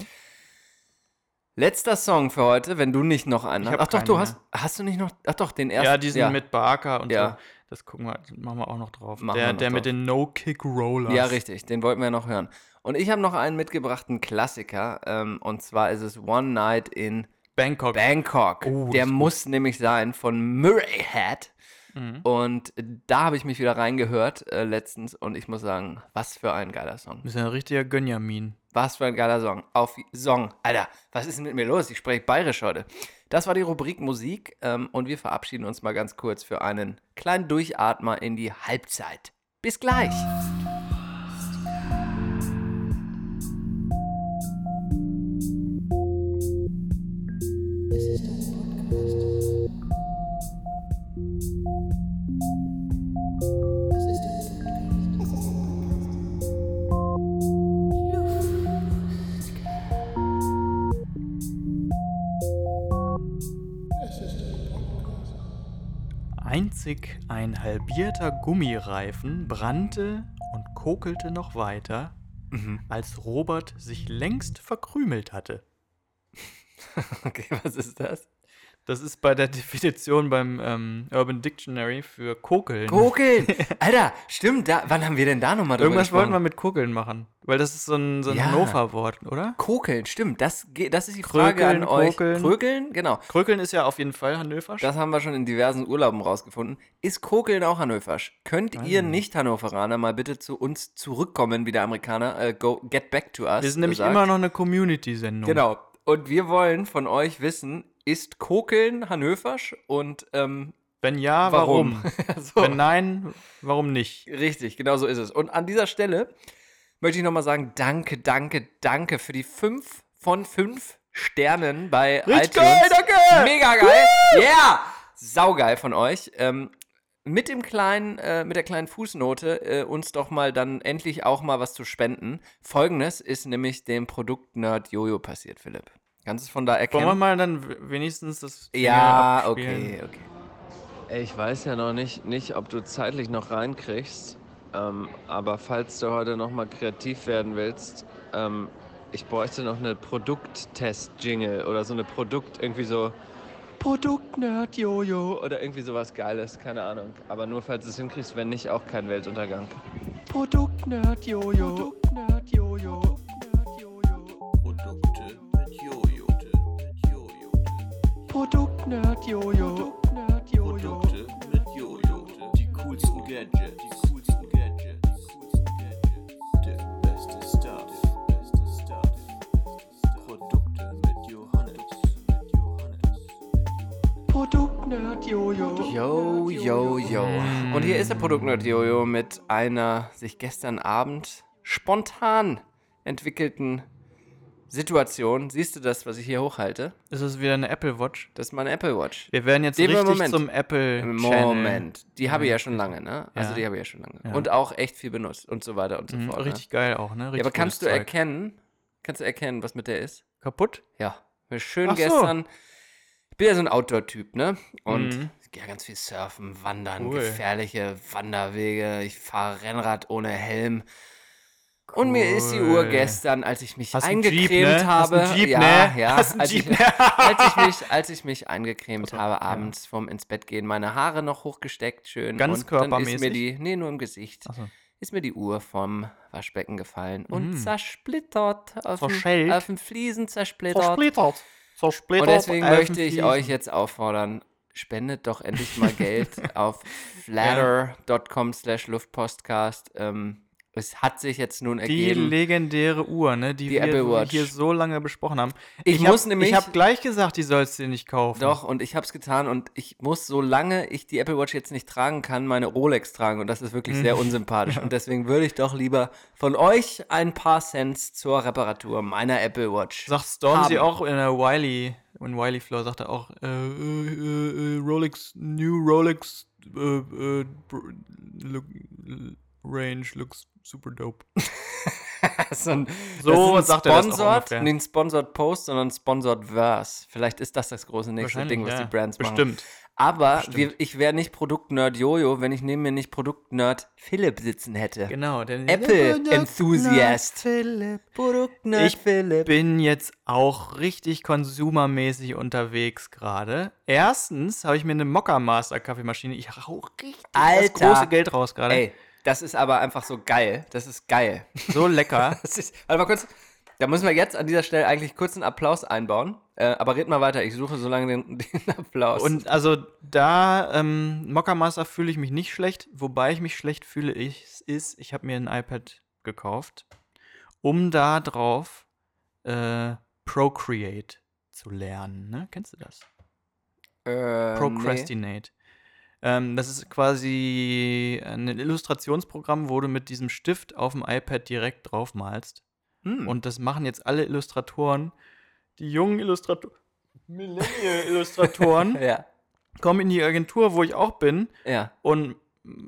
Letzter Song für heute, wenn du nicht noch einen
Ich
hast.
hab
Ach doch,
keinen
du
mehr.
hast. Hast du nicht noch. Ach doch, den ersten.
Ja, diesen mit Barker und
Ja.
so. Das gucken wir, machen wir auch noch drauf.
Machen wir
der
noch
der
drauf.
mit den No-Kick-Rollers.
Ja, richtig, den wollten wir noch hören. Und ich habe noch einen mitgebrachten Klassiker. Ähm, und zwar ist es One Night in
Bangkok.
Bangkok.
Oh,
Der
das ist
muss nämlich sein von Murray Head.
Mhm.
Und da habe ich mich wieder reingehört äh, letztens. Und ich muss sagen, was für ein geiler Song.
Ist ja ein richtiger Gönjamin.
Was für ein geiler Song. Auf Song. Alter, was ist denn mit mir los? Ich spreche bayerisch heute. Das war die Rubrik Musik ähm, und wir verabschieden uns mal ganz kurz für einen kleinen Durchatmer in die Halbzeit. Bis gleich.
Einzig ein halbierter Gummireifen brannte und kokelte noch weiter,
Mhm.
als Robert sich längst verkrümelt hatte.
Okay, was ist das?
Das ist bei der Definition beim ähm, Urban Dictionary für Kokeln.
Kokeln! Alter, stimmt, da, wann haben wir denn da nochmal drüber
Irgendwas
gesprochen?
wollten wir mit Kokeln machen. Weil das ist so ein, so ein
Ja.
Hannover-Wort, oder?
Kokeln, stimmt, das, ge- das ist die Frage
Krökeln,
an euch.
Kokeln.
Krökeln, genau.
Krökeln ist ja auf jeden Fall Hannöversch.
Das haben wir schon in diversen Urlauben rausgefunden. Ist Kokeln auch Hannoversch? Könnt ihr Nicht-Hannoveraner mal bitte zu uns zurückkommen, wie der Amerikaner? Äh, go, get back to us.
wir sind nämlich
sagt.
immer noch eine Community-Sendung.
Genau. Und wir wollen von euch wissen, ist Kokeln Hannoversch und ähm,
Wenn ja, warum?
warum? so.
Wenn nein, warum nicht?
Richtig, genau so ist es. Und an dieser Stelle möchte ich nochmal sagen, danke, danke, danke für die 5 von 5 Sternen bei
Richtig
iTunes.
geil, danke!
Mega geil! Yeah! Saugeil von euch. Ähm, mit dem kleinen, äh, mit der kleinen Fußnote äh, uns doch mal dann endlich auch mal was zu spenden. Folgendes ist nämlich dem Produktnerd Jojo passiert, Philipp. Kannst du es von da
Wollen wir
erkennen?
mal dann w- wenigstens das.
Ja,
Fingerabspielen?
okay, okay.
Ey, Ich weiß ja noch nicht, nicht, ob du zeitlich noch reinkriegst, ähm, aber falls du heute noch mal kreativ werden willst, ähm, ich bräuchte noch eine Produkttest-Jingle oder so eine Produkt, irgendwie so Produkt-Nerd-Jojo oder irgendwie sowas Geiles, keine Ahnung. Aber nur falls du es hinkriegst, wenn nicht, auch kein Weltuntergang. Produkt-Nerd-Jojo. Produkt-Nerd-Jojo.
Produkte mit Jojo. Mit Jojo.
Produkt-Nerd-Jojo. Nerd-Jojo.
Produkte mit Jojo. Die coolsten Gadgets. Die coolsten Gadgets. Die coolsten Gadgets. Der beste Stuff. Beste Stuff. Produkte mit Johannes. Mit Johannes.
Produkt-Nerd-Jojo.
Yo, yo, yo.
Mm.
Und hier ist der Produktnerd Jojo mit einer sich gestern Abend spontan entwickelten Situation. Siehst du das, was ich hier hochhalte?
Ist es wieder eine Apple Watch?
Das ist meine Apple Watch.
Wir werden jetzt
Dem
richtig
Moment.
zum Apple Channel.
Moment. Die habe ich ja schon lange, ne? Also
Ja.
die habe ich ja schon lange.
Ja.
Und auch echt viel benutzt und so weiter und so
Mhm,
fort.
richtig geil auch, ne?
Ne?
Richtig
Ja, aber kannst du
gutes Zeug.
erkennen, kannst du erkennen, was mit der ist?
Kaputt?
Ja, mir schön
Ach so.
gestern. Ich bin ja so ein Outdoor-Typ, ne? Und
Mhm.
ja, ganz viel surfen, wandern,
Cool.
gefährliche Wanderwege. Ich fahre Rennrad ohne Helm. Und mir ist die Uhr
Cool.
gestern, als ich mich
Hast einen Jeep,
eingecremt
ne? Hast
habe.
einen Jeep,
ja,
ne?
ja.
Hast einen
als,
Jeep,
ich,
ne?
als ich mich, als ich mich eingecremt habe, abends vorm ins Bett gehen, meine Haare noch hochgesteckt, schön.
Ganz
und dann ist mir
körpermäßig?
die, nee, nur im Gesicht.
Ach so. Mhm.
Ist mir die Uhr vom Waschbecken gefallen und zersplittert auf
Zerschellt?
den, auf den Fliesen zersplittert.
Zersplittert. Zersplittert. Ähm,
Und deswegen möchte ich
Elfenfliegen.
euch jetzt auffordern, spendet doch endlich mal Geld auf flatter.com slash luftpostcast. Ähm, es hat sich jetzt nun
Die
ergeben.
legendäre Uhr, ne, die,
Die
wir
Apple Watch.
hier so lange besprochen haben.
Ich muss
hab,
nämlich-
Ich habe gleich gesagt, die sollst du dir nicht kaufen.
Doch, und ich habe es getan und ich muss, solange ich die Apple Watch jetzt nicht tragen kann, meine Rolex tragen und das ist wirklich
Mhm.
sehr unsympathisch. Und deswegen würde ich doch lieber von euch ein paar Cent zur Reparatur meiner Apple Watch.
Sagt Stormzy
haben.
auch in der Wiley, in Wiley Floor sagt er auch, äh, äh, äh, Rolex, new Rolex, äh, äh, br- look, range looks super dope.
Das ist so ein,
So
das ist ein
sagt er das doch
Sponsored,
ungefähr.
nicht ein Sponsored Post, sondern ein Sponsored Verse. Vielleicht ist das das große nächste
Wahrscheinlich,
Ding, was
ja.
die Brands machen.
Bestimmt.
Aber wir, ich wäre nicht Produktnerd Jojo, wenn ich neben mir nicht Produktnerd Philipp sitzen hätte.
Genau, denn
Apple Enthusiast. Produktnerd
Ich bin jetzt auch richtig konsumermäßig unterwegs gerade. Erstens habe ich mir eine Mokka Master Kaffeemaschine. Ich rauche richtig das
Alter.
große Geld raus gerade.
Ey, das ist aber einfach so geil. Das ist geil.
So lecker.
Das ist, warte mal kurz. Da müssen wir jetzt an dieser Stelle eigentlich kurz einen Applaus einbauen. Äh, aber red mal weiter. Ich suche so lange den, den Applaus.
Und also da, ähm, Mokka Master fühle ich mich nicht schlecht. Wobei ich mich schlecht fühle, ich, ist, ich habe mir ein iPad gekauft, um da drauf äh, Procreate zu lernen. Ne? Kennst du das?
äh, nee.
Procrastinate. Ähm, das ist quasi ein Illustrationsprogramm, wo du mit diesem Stift auf dem iPad direkt drauf malst.
Hm.
Und das machen jetzt alle Illustratoren. Die jungen Illustratoren, Millennial-Illustratoren,
Ja,
kommen in die Agentur, wo ich auch bin,
ja.
und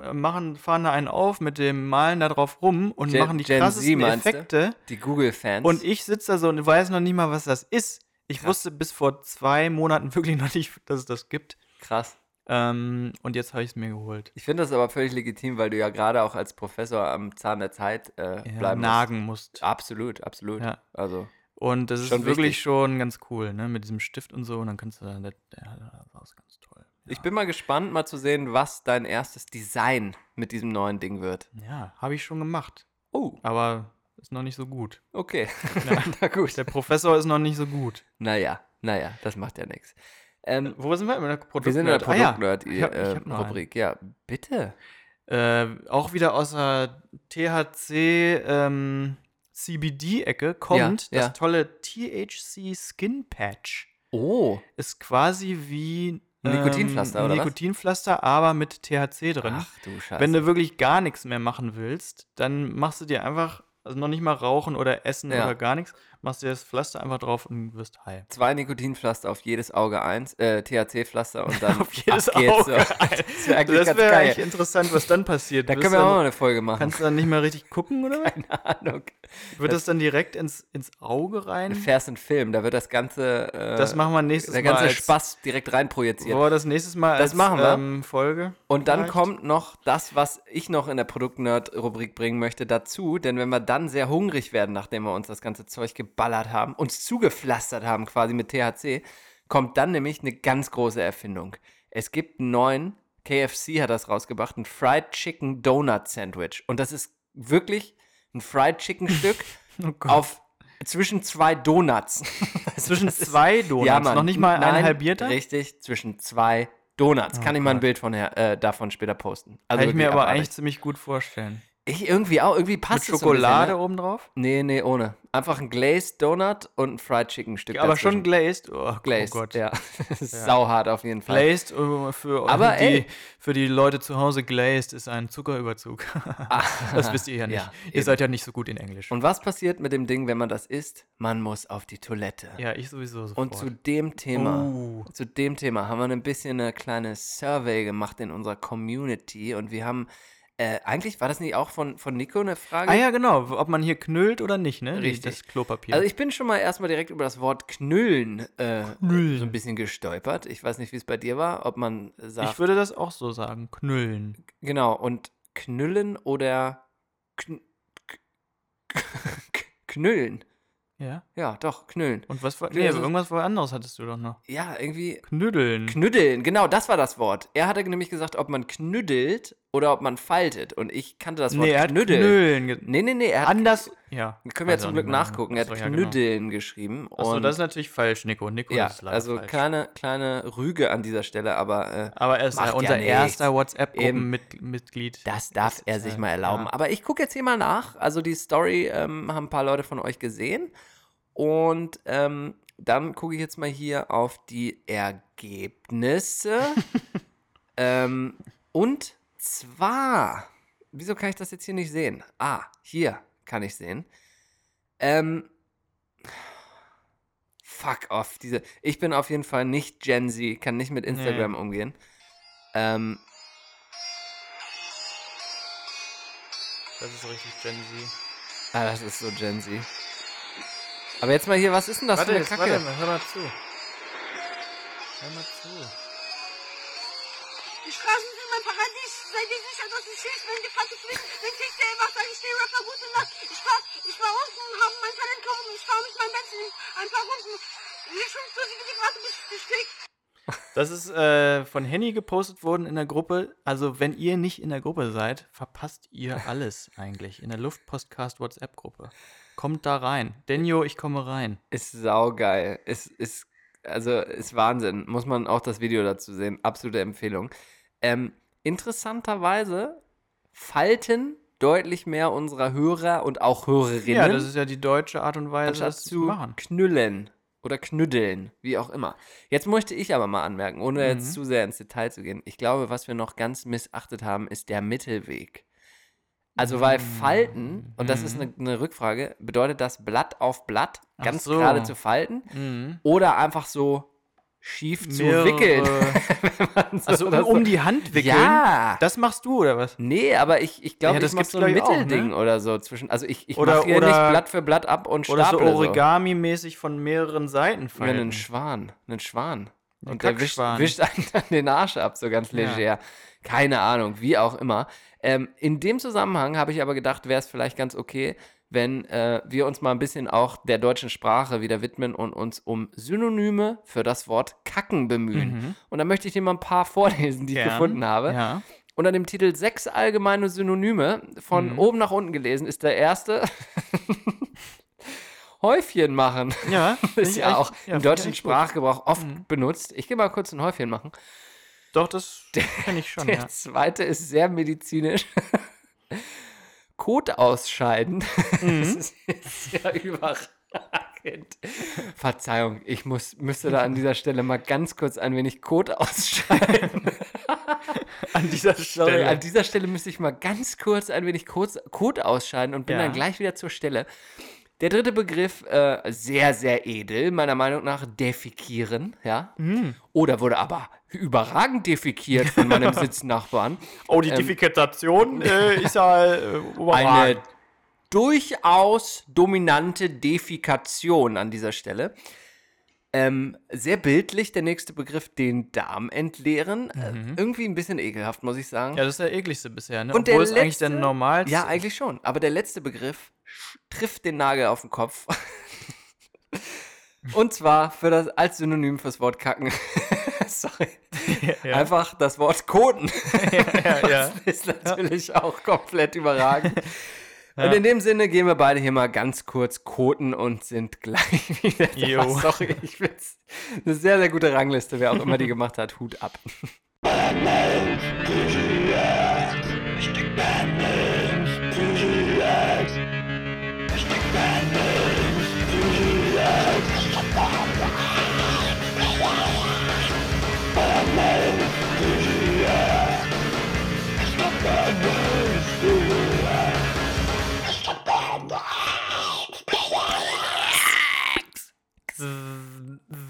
äh, machen, fahren da einen auf mit dem Malen da drauf rum und
Gen-
machen die
Gen Z
krassesten
meinst du?
Effekte.
Die Google-Fans.
Und ich sitze da so und weiß noch nicht mal, was das ist. Ich wusste bis vor zwei Monaten wirklich noch nicht, dass es das gibt.
Krass.
Ähm, und jetzt habe ich es mir geholt.
Ich finde das aber völlig legitim, weil du ja gerade auch als Professor am Zahn der Zeit äh,
Ja,
bleiben
nagen musst.
musst. Absolut, absolut.
Ja.
Also,
Und das ist
Schon
wirklich
wichtig.
schon ganz cool, ne? Mit diesem Stift und so. Und dann kannst du dann. Das ja, das ist ganz toll.
Ich bin mal gespannt, mal zu sehen, was dein erstes Design mit diesem neuen Ding wird.
Ja, habe ich schon gemacht.
Oh,
Aber ist noch nicht so gut.
okay. Na, gut.
Der Professor ist noch nicht so gut.
Naja, naja, das macht ja nichts. Ähm,
Wo sind wir? In der
wir sind in der Produktnerd-Rubrik.
Produktnerd. Ah Ich hab- ich hab noch einen.
Rubrik. ja, bitte.
Äh, auch wieder aus der THC ähm, CBD-Ecke kommt das
ja.
tolle THC Skin Patch.
Oh,
Ist quasi wie ähm,
Ein Nikotinpflaster,
ein
oder was?
Nikotinpflaster, aber mit THC drin.
ach du Scheiße.
Wenn du wirklich gar nichts mehr machen willst, dann machst du dir einfach, also noch nicht mal rauchen oder essen
Ja.
oder gar nichts, machst dir das Pflaster einfach drauf und wirst high.
Zwei Nikotinpflaster auf jedes Auge eins, äh, THC-Pflaster und dann
Auf jedes
ab geht's.
Auge.
Das wäre eigentlich
Das
ganz
wäre eigentlich
geil.
interessant, was dann passiert.
Da
Bist
können wir
dann-
auch mal eine Folge machen.
Kannst du dann nicht mehr richtig gucken oder was?
Keine Ahnung.
Wird das dann direkt ins, ins Auge
Du
rein?
fährst einen Film, da wird das ganze, äh,
Mhm. Das machen wir nächstes
der
Mal.
ganze
als-
Spaß direkt reinprojiziert.
Wollen wir das nächstes Mal
Das
als
machen wir.
Ähm, Folge?
Und dann
vielleicht?
kommt noch das, was ich noch in der Produktnerd-Rubrik bringen möchte, dazu. Denn wenn wir dann sehr hungrig werden, nachdem wir uns das ganze Zeug geballert haben, uns zugepflastert haben quasi mit THC, kommt dann nämlich eine ganz große Erfindung. Es gibt einen neuen, KFC hat das rausgebracht, ein Fried Chicken Donut Sandwich. Und das ist wirklich ein Fried Chicken Stück
Oh Gott.
auf zwischen zwei Donuts.
zwischen
Das ist-
zwei Donuts,
ja, Mann.
noch nicht mal
Nein,
ein halbierter?
Richtig, zwischen zwei Donuts. Kann ich mal ein Bild von her, äh, davon später posten. Also
Kann ich mir
wirklich
aber
abartig.
eigentlich ziemlich gut vorstellen.
Ich irgendwie auch, irgendwie
Mit
passt es so ein
Schokolade
Bisschen,
oben drauf?
ne? Nee, nee, ohne. Einfach ein Glazed Donut und ein Fried Chicken Stück.
Ja, aber schon
dazwischen.
glazed. Oh,
Glazed.
oh Gott.
Ja. Das ist Sauhart auf jeden Fall.
Glazed äh, für,
Aber
die,
ey.
für die Leute zu Hause, glazed ist ein Zuckerüberzug. das wisst ihr ja nicht.
Ah. Ja,
ihr
eben.
seid ja nicht so gut in Englisch.
Und was passiert mit dem Ding, wenn man das isst? Man muss auf die Toilette.
ja, ich sowieso sofort.
Und zu dem Thema,
Oh.
zu dem Thema haben wir ein bisschen eine kleine Survey gemacht in unserer Community und wir haben, äh, eigentlich war das nicht auch von, von Nico eine Frage?
ah ja, genau. Ob man hier knüllt oder nicht, ne? Die-
Richtig.
Das Klopapier.
Also ich bin schon mal erstmal direkt über das Wort Knüllen, äh,
Knüllen.
so ein bisschen gestolpert. Ich weiß nicht, wie es bei dir war, ob man sagt,
ich würde das auch so sagen. Knüllen.
genau, und Knüllen oder kn k- k- Knüllen.
Ja.
Ja, doch, Knüllen.
Und was war.
Nee,
Nee,
das ist-
irgendwas war anderes hattest du doch noch.
Ja, irgendwie
Knüdeln.
Knüddeln, genau, das war das Wort. Er hatte nämlich gesagt, ob man knüddelt oder ob man faltet. Und ich kannte das Wort
nee, er hat
knüddeln.
knüllen. ge-
Nee, nee, nee, er hat.
Anders. Ja. Also,
Können wir ja
Weiß auch
zum Glück
nicht mehr.
nachgucken. Er hat
Achso, ja, genau.
knüddeln geschrieben.
Achso,
und
das ist natürlich falsch, Nico. Nico
ja,
ist leider
also
falsch.
kleine, kleine Rüge an dieser Stelle, aber äh,
Aber er ist
Macht
ja
ja
unser
nichts.
erster
Eben.
WhatsApp-Gruppenmitglied.
das darf er sich mal erlauben. Aber ich gucke jetzt hier mal nach. Also die Story ähm, haben ein paar Leute von euch gesehen. Und ähm, dann gucke ich jetzt mal hier auf die Ergebnisse. ähm, und zwar, wieso kann ich das jetzt hier nicht sehen? Ah, hier kann ich sehen. Ähm, fuck off. Diese, ich bin auf jeden Fall nicht Gen Z, kann nicht mit Instagram umgehen. Ähm,
Das ist richtig Gen Z.
Ah, das ist so Gen Z. Aber jetzt mal hier, was ist denn das
Warte,
für eine
jetzt,
Kacke?
warte, mal, hör mal zu. Hör mal zu.
Die Straßen sind mein Paradies. Seid ihr nicht etwas nicht hilft, wenn die Party fliegt, wenn kriegt ihr was, sag ich die Rapper gute Nacht. Ich war, ich war unten, hab mein Talent gehoben. Ich war mit meinem Bettchen ein paar Runden. Nicht schon zu sie gesagt, warte, bis ich dich krieg.
Das ist äh, von Henny gepostet worden in der Gruppe. Also, wenn ihr nicht in der Gruppe seid, verpasst ihr alles eigentlich. In der Luftpostcast-WhatsApp-Gruppe. Kommt da rein. Denjo, ich komme rein.
Ist saugeil. Ist, ist, also ist Wahnsinn. Muss man auch das Video dazu sehen. Absolute Empfehlung. Ähm, interessanterweise falten deutlich mehr unserer Hörer und auch Hörerinnen,
Ja, das ist ja die deutsche Art und Weise,
anstatt
Also das zu
zu
machen.
knüllen oder knüddeln, wie auch immer. Jetzt möchte ich aber mal anmerken, ohne
Mhm.
jetzt zu sehr ins Detail zu gehen. Ich glaube, was wir noch ganz missachtet haben, ist der Mittelweg. Also,
Mm.
weil Falten, und das ist eine, eine Rückfrage, bedeutet das Blatt auf Blatt
Mhm. Ach
ganz
so.
gerade zu falten
Mhm.
oder einfach so schief zu wickeln. wenn man so
Also, um,
das so-
um die Hand wickeln.
Ja.
Das machst du, oder was?
Nee, aber ich, ich glaube,
Ja, das
ich mache
gibt's,
so ein
glaub ich, auch,
Mittelding
ne?
oder so zwischen. Also ich, ich
Oder-
mache hier
oder-
nicht Blatt für Blatt ab und
Oder so
staple so.
Origami-mäßig von mehreren Seiten
Ja, einen
fallen.
Schwan. Einen Schwan.
Einen
Und der wischt,
Kackschwan.
wischt einen dann den Arsch ab, so ganz leger. Keine Ahnung, wie auch immer. Ähm, in dem Zusammenhang habe ich aber gedacht, wäre es vielleicht ganz okay, wenn äh, wir uns mal ein bisschen auch der deutschen Sprache wieder widmen und uns um Synonyme für das Wort Kacken bemühen. Und da möchte ich dir mal ein paar vorlesen, die ich
Mhm. Gern.
gefunden habe.
Ja.
Unter dem Titel Sechs allgemeine Synonyme von
Mhm.
oben nach unten gelesen ist der erste Häufchen machen.
Ja,
Ist ja auch im deutschen
Sprach.
Sprachgebrauch oft benutzt. Ich gehe mal kurz ein Häufchen machen.
Doch, das kenne ich schon,
Der
ja.
zweite ist sehr medizinisch. Kot ausscheiden. Das ist jetzt ja überragend. Verzeihung, ich muss, müsste da an dieser Stelle mal ganz kurz ein wenig Kot ausscheiden.
An dieser
Sorry, an dieser Stelle müsste ich mal ganz kurz ein wenig kurz, Kot ausscheiden und bin
Ja.
dann gleich wieder zur Stelle. Der dritte Begriff, äh, sehr, sehr edel, meiner Meinung nach, defikieren, ja.
Mm.
Oder wurde aber überragend defikiert von meinem Sitznachbarn.
Oh, die Defikatation äh, ist ja äh,
Eine
überragend.
durchaus dominante Defikation an dieser Stelle. Ähm, sehr bildlich der nächste Begriff, den Darm entleeren. Äh, irgendwie ein bisschen ekelhaft, muss ich sagen.
Mhm. Ja, das ist der ekligste bisher, ne?
Und der
Obwohl es eigentlich
letzte-
der normalste
Ja, eigentlich schon. Aber der letzte Begriff sch- trifft den Nagel auf den Kopf. Und zwar für das, als Synonym fürs Wort Kacken. Sorry. Einfach das Wort Koten.
ja, ja.
ist natürlich auch komplett überragend. Und in dem Sinne gehen wir beide hier mal ganz kurz koten und sind gleich wieder da.
Jo.
Sorry, ich find's eine sehr, sehr gute Rangliste, wer auch immer die gemacht hat. Hut ab.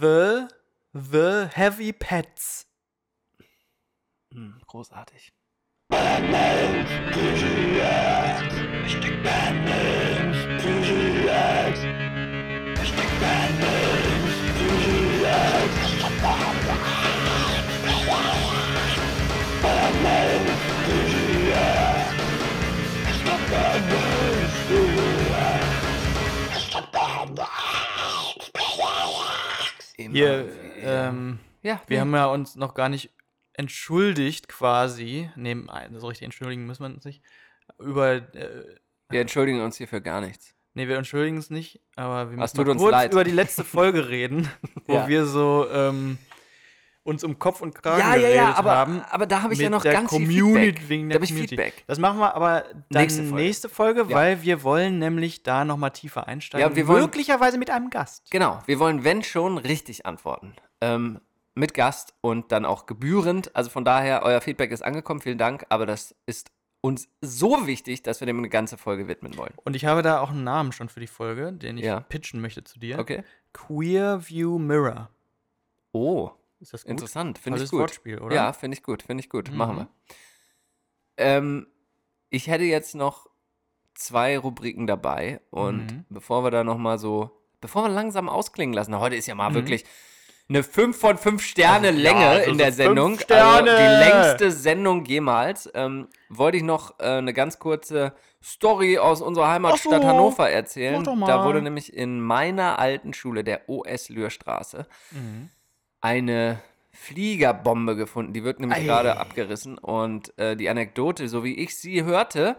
The, the Heavy Pets.
Großartig. Immer
Hier,
wieder.
ähm,
ja,
wir
nee.
haben ja uns noch gar nicht entschuldigt quasi, neben, so richtig entschuldigen müssen wir uns nicht, über, äh,
wir entschuldigen uns hierfür gar nichts.
nee, wir entschuldigen es nicht, aber wir
Es
müssen
tut
mal
uns
kurz
leid.
über die letzte Folge reden, wo
Ja.
wir so, ähm, uns um Kopf und Kragen
Ja, ja,
geredet
ja, aber,
haben.
aber da habe ich ja
mit
noch
der
ganz viel
Community,
Feedback.
Wegen
da
der
habe ich
Community.
Feedback.
Das machen wir aber dann
Nächste
nächste
Folge.
Folge, weil wir wollen nämlich da nochmal tiefer einsteigen.
Ja, wir wollen-
möglicherweise mit einem Gast.
Genau, wir wollen, wenn schon, richtig antworten. Ähm, mit Gast und dann auch gebührend. Also von daher, euer Feedback ist angekommen, vielen Dank, aber das ist uns so wichtig, dass wir dem eine ganze Folge widmen wollen.
Und ich habe da auch einen Namen schon für die Folge, den ich
Ja.
pitchen möchte zu dir.
Okay?
Queer View Mirror.
Oh,
Ist das gut?
interessant, finde ich
Tolles
gut.
Wortspiel, oder? Mhm.
Ja, finde ich gut, finde ich gut. Machen wir. Ähm, ich hätte jetzt noch zwei Rubriken dabei und
Mhm.
bevor wir da nochmal so, bevor wir langsam ausklingen lassen, na, heute ist ja mal wirklich eine 5 von 5 Sterne Länge
also
in
Mhm. so
der
fünf
Sendung.
Sterne!
Also die längste Sendung jemals. Ähm, wollte ich noch äh, eine ganz kurze Story aus unserer Heimatstadt
Ach so,
Hannover erzählen.
mach doch mal.
Da wurde nämlich in meiner alten Schule, der OS Lührstraße, eine Fliegerbombe gefunden. Die wird nämlich gerade abgerissen. Und äh, die Anekdote, so wie ich sie hörte,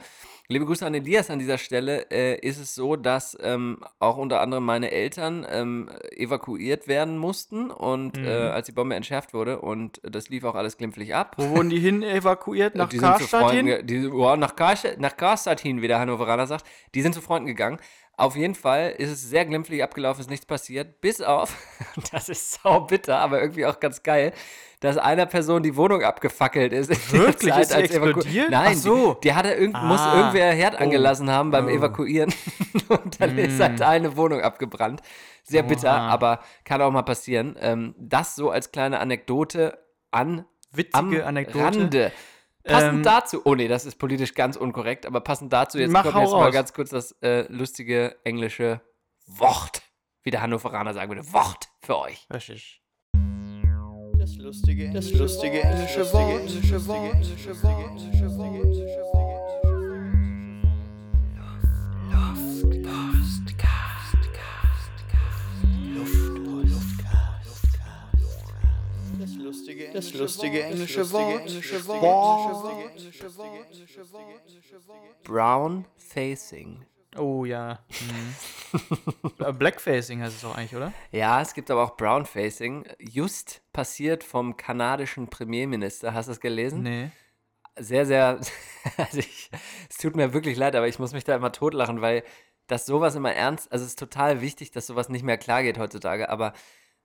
liebe Grüße an Elias an dieser Stelle, äh, ist es so, dass ähm, auch unter anderem meine Eltern ähm, evakuiert werden mussten und äh, als die Bombe entschärft wurde. Und das lief auch alles glimpflich ab.
Wo wurden die hin evakuiert? Nach
Äh, die sind zu
Karstadt
Freunden,
hin?
ge- die, oh, nach, Karstadt, nach Karstadt hin, wie der Hannoveraner sagt. Die sind zu Freunden gegangen. Auf jeden Fall ist es sehr glimpflich abgelaufen, ist nichts passiert, bis auf, das ist sau bitter, aber irgendwie auch ganz geil, dass einer Person die Wohnung abgefackelt ist. in der
Wirklich? Ist sie
Evaku-
explodiert?
Nein,
Ach so.
die, die hat er irgend, muss
Ah.
irgendwer Herd angelassen haben beim
Oh. Hm.
Evakuieren und dann ist halt eine Wohnung abgebrannt. Sehr bitter,
Oha.
aber kann auch mal passieren. Ähm, das so als kleine Anekdote an
Witzige Anekdote.
Rande. Passend
Ähm,
dazu, oh nee, das ist politisch ganz unkorrekt, aber passend dazu, jetzt
Mach,
kommt
hau
jetzt mal
raus.
ganz kurz das äh, lustige englische Wort, wie der Hannoveraner sagen würde, Wort für euch.
Richtig.
Das
lustige, das lustige englische Wort, englische Wort, englische Wort, englische Wort, englische Wort. Das lustige, das lustige englische Wort, englische Wort, englische Wort, englische Wort, englische Wort.
Brown Facing.
Oh ja. Mhm. Blackfacing heißt es doch eigentlich, oder?
Ja, es gibt aber auch Brown Facing. Just passiert vom kanadischen Premierminister. Hast du das gelesen?
Nee.
sehr, sehr. Also ich, es tut mir wirklich leid, aber ich muss mich da immer totlachen, weil das sowas immer ernst. Also es ist total wichtig, dass sowas nicht mehr klar geht heutzutage, aber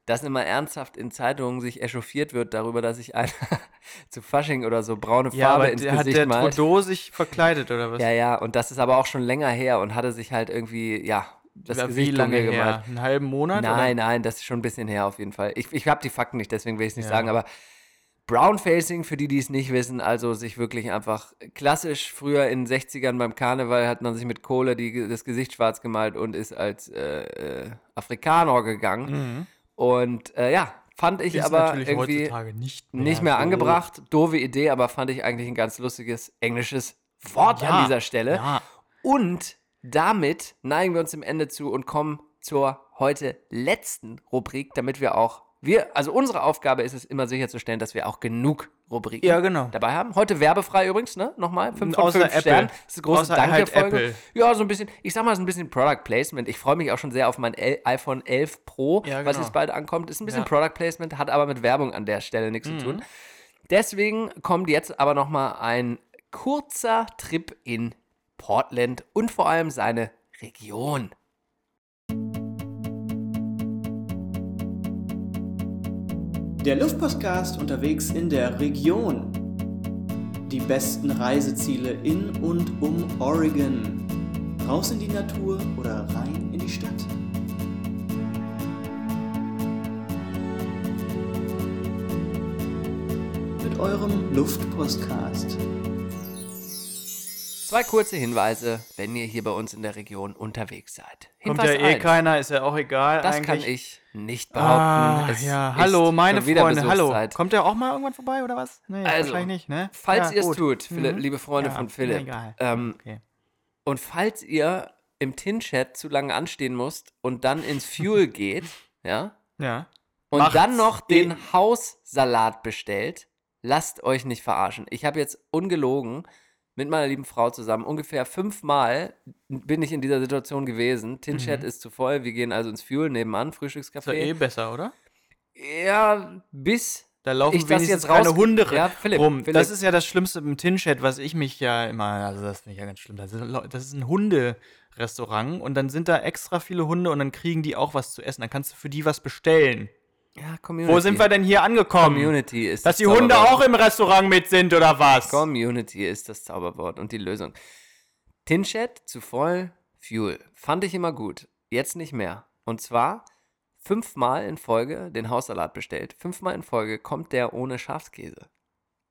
dass immer ernsthaft in Zeitungen sich echauffiert wird darüber, dass sich einer zu Fasching oder so braune
Ja,
Farbe
aber
ins
der- hat
Gesicht
der
malt.
Trudeau sich verkleidet oder was?
Ja, ja, und das ist aber auch schon länger her und hatte sich halt irgendwie, ja, das
Oder
Gesicht dunkel gemalt.
her? Einen halben Monat?
Nein, nein, das ist schon ein bisschen her auf jeden Fall. Ich, ich habe die Fakten nicht, deswegen will ich es nicht sagen, aber Brownfacing, für die, die es nicht wissen, also sich wirklich einfach klassisch früher in den 60ern beim Karneval hat man sich mit Kohle die, das Gesicht schwarz gemalt und ist als äh, äh, Afrikaner gegangen. Und äh, ja, fand ich
Oder? Mhm. Ist
aber
natürlich
irgendwie
heutzutage nicht mehr,
nicht mehr
so.
angebracht. Doofe Idee, aber fand ich eigentlich ein ganz lustiges englisches Wort
Ja,
an dieser Stelle.
Ja,
Und damit neigen wir uns dem Ende zu und kommen zur heute letzten Rubrik, damit wir auch, wir, also unsere Aufgabe ist es immer sicherzustellen, dass wir auch genug Rubriken
Ja, genau.
dabei haben. Heute werbefrei übrigens, ne? Nochmal, 5 von
Außer
5
Apple.
Sternen. Das ist eine große
Außer halt
Danke-Folge.
Apple.
ja, so ein bisschen, ich sag mal, so ein bisschen Product Placement. Ich freue mich auch schon sehr auf mein El iPhone 11 Pro,
Ja,
was
genau.
jetzt bald ankommt. Ist ein bisschen
Ja. Mhm.
Product Placement, hat aber mit Werbung an der Stelle nichts zu tun. Deswegen kommt jetzt aber nochmal ein kurzer Trip in Portland und vor allem seine Region.
Der Luftpostcast unterwegs in der Region. Die besten Reiseziele in und um Oregon. Raus in die Natur oder rein in die Stadt. Mit eurem Luftpostcast.
Zwei kurze Hinweise, wenn ihr hier bei uns in der Region unterwegs seid.
kommt
Hinweis
ja eh
eins.
keiner, ist ja auch egal
Das
eigentlich.
kann ich nicht behaupten.
Ah,
Es
ja,
ist
hallo,
schon
meine
wieder
Freunde, hallo.
Besuchszeit.
Kommt der auch mal irgendwann vorbei oder was? Nee,
Also,
wahrscheinlich nicht, ne?
Falls
Ja,
ihr es
gut.
tut, Philipp,
Mhm.
liebe Freunde
Ja,
von Philipp,
egal.
ähm,
Okay.
und falls ihr im Tin-Chat zu lange anstehen musst und dann ins Fuel geht, ja,
Ja.
und
Macht's
dann noch den
eh-
Haussalat bestellt, lasst euch nicht verarschen. Ich habe jetzt ungelogen mit meiner lieben Frau zusammen ungefähr fünfmal bin ich in dieser Situation gewesen.
Mhm.
Tin-Chat ist zu voll, wir gehen also ins Fuel nebenan,
Ist doch eh
Frühstückscafé.
besser, oder?
Ja, bis
Da laufen
Ich das
wenigstens
jetzt
keine
raus-
Hunde
Ja, Philipp,
rum.
Philipp.
Das ist ja das Schlimmste im Tin-Chat, was ich mich ja immer, also das finde ich ja ganz schlimm. Das ist, Leu- das ist ein Hunderestaurant und dann sind da extra viele Hunde und dann kriegen die auch was zu essen. Dann kannst du für die was bestellen.
ja, Community.
Wo sind wir denn hier angekommen?
Community ist
Dass
das
die Hunde
Zauberwort.
auch im Restaurant mit sind oder was?
Community ist das Zauberwort und die Lösung. Tinchat zu voll Fuel. Fand ich immer gut. Jetzt nicht mehr. Und zwar fünfmal in Folge den Haussalat bestellt. Fünfmal in Folge kommt der ohne Schafskäse.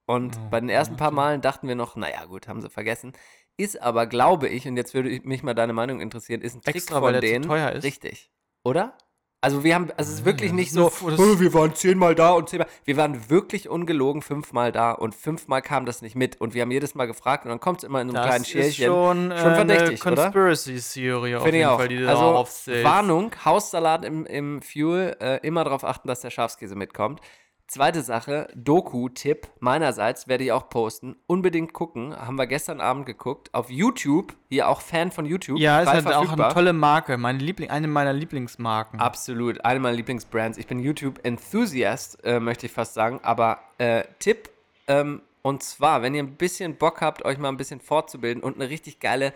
Und
Ah,
bei den ersten paar Malen dachten wir noch, naja, gut, haben sie vergessen. Ist aber, glaube ich, und jetzt würde ich- mich mal deine Meinung interessieren, ist ein Trick
Extra,
von
weil der zu
denen
teuer ist?
richtig. Oder? Also wir haben, also es ist wirklich nicht
das
so,
ist eine- das-
"Oh, wir waren zehnmal da und zehnmal. Wir waren wirklich ungelogen fünfmal da und fünfmal kam das nicht mit. Und wir haben jedes Mal gefragt und dann kommt es immer in so einem
das
kleinen
ist
Schälchen.
schon, äh, eine
verdächtig, oder?
Conspiracy-Theory auf
Finde ich
jeden
auch.
Fall, die du da
also
aufzählst.
Warnung, Haussalat im, im Fuel, äh, immer darauf achten, dass der Schafskäse mitkommt. Zweite Sache, Doku-Tipp meinerseits werde ich auch posten. Unbedingt gucken, haben wir gestern Abend geguckt. Auf YouTube, hier auch Fan von YouTube.
Ja, ist
frei
halt auch eine
verfügbar.
tolle Marke. Meine Liebling, eine meiner Lieblingsmarken.
Absolut, eine meiner Lieblingsbrands. Ich bin YouTube-Enthusiast, äh, möchte ich fast sagen. Aber äh, Tipp, ähm, und zwar, wenn ihr ein bisschen Bock habt, euch mal ein bisschen fortzubilden und eine richtig geile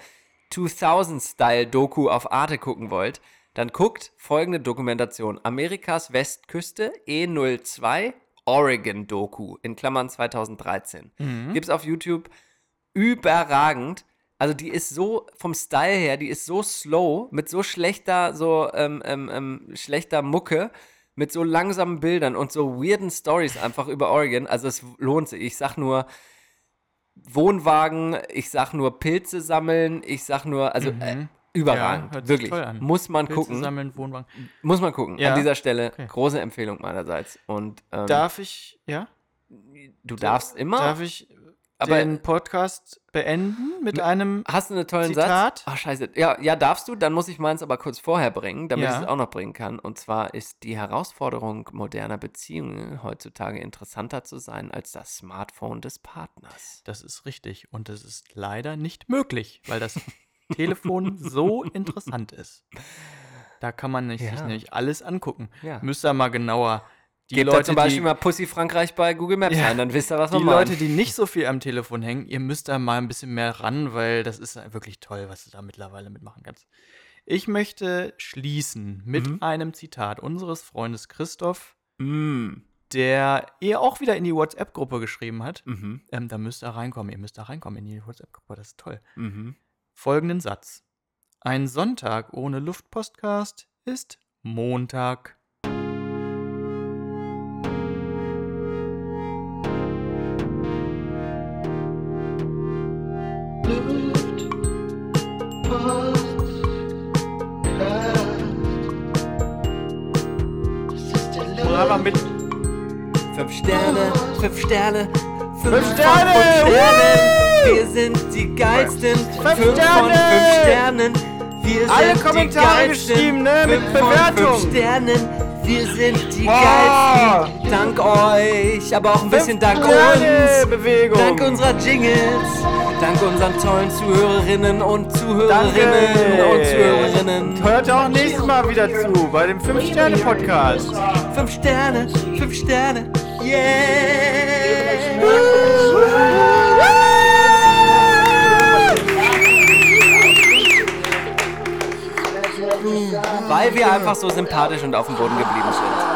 2000-Style-Doku auf Arte gucken wollt, dann guckt folgende Dokumentation. Amerikas Westküste E02 Oregon-Doku in Klammern 2013. Gibt's auf YouTube überragend. Also die ist so vom Style her, die ist so slow, mit so schlechter, so ähm, ähm, ähm, schlechter Mucke, mit so langsamen Bildern und so weirden Stories einfach über Oregon. Also es lohnt sich. Ich sag nur Wohnwagen, ich sag nur Pilze sammeln, ich sag nur, also äh, überragend.
Ja, Mhm. hört sich
wirklich.
toll an.
Muss man
Pilze
gucken.
sammeln, Wohnwagen.
Muss man gucken.
Ja.
An dieser Stelle
Okay.
große Empfehlung meinerseits. Und ähm,
Darf ich, ja?
du darfst immer.
Darf ich
Ah. aber
den Podcast beenden mit einem
hast du einen tollen
Zitat?
Satz? Ach, scheiße. Ja, ja, darfst du. Dann muss ich meins aber kurz vorher bringen, damit
Ja.
ich es auch noch bringen kann. Und zwar ist die Herausforderung moderner Beziehungen heutzutage interessanter zu sein als das Smartphone des Partners.
Das ist richtig. Und das ist leider nicht möglich, weil das Telefon so interessant ist. Da kann man nicht, sich
Ja.
nicht alles angucken.
Ja.
Müsst ihr mal genauer. Die
Gebt da
Leute,
zum Beispiel
die,
mal Pussy Frankreich bei Google Maps
Ja.
ein, dann wisst ihr, was wir
die
meinen.
Leute, die nicht so viel am Telefon hängen, ihr müsst da mal ein bisschen mehr ran, weil das ist wirklich toll, was du da mittlerweile mitmachen kannst. Ich möchte schließen mit
Mhm.
einem Zitat unseres Freundes Christoph,
Mm.
der ihr auch wieder in die WhatsApp-Gruppe geschrieben hat.
Mhm.
Ähm, da müsst ihr reinkommen. Ihr müsst da reinkommen in die WhatsApp-Gruppe. Das ist toll.
Mhm.
folgenden Satz. Ein Sonntag ohne Luftpostcast ist Montag. Oder einfach mit
Fünf Sterne, fünf Sterne, fünf, von
Sterne!
fünf Sternen. Wir sind die geilsten. Fünf, von fünf
Sterne!
Sternen. Wir
Alle
sind
Kommentare
die geilsten.
geschrieben, ne, mit
Fünf Von
Bewertung.
fünf Sternen. Wir sind die
Ah!
geilsten. Dank euch, aber auch ein bisschen dank uns.
Bewegung.
Dank unserer Jingles, dank unseren tollen Zuhörerinnen und Zuhörerinnen und Zuhörerinnen.
Hört auch nächstes Mal wieder zu bei dem 5-Sterne-Podcast.
Fünf Sterne, fünf Sterne, yeah! Weil wir einfach so sympathisch und auf dem Boden geblieben sind.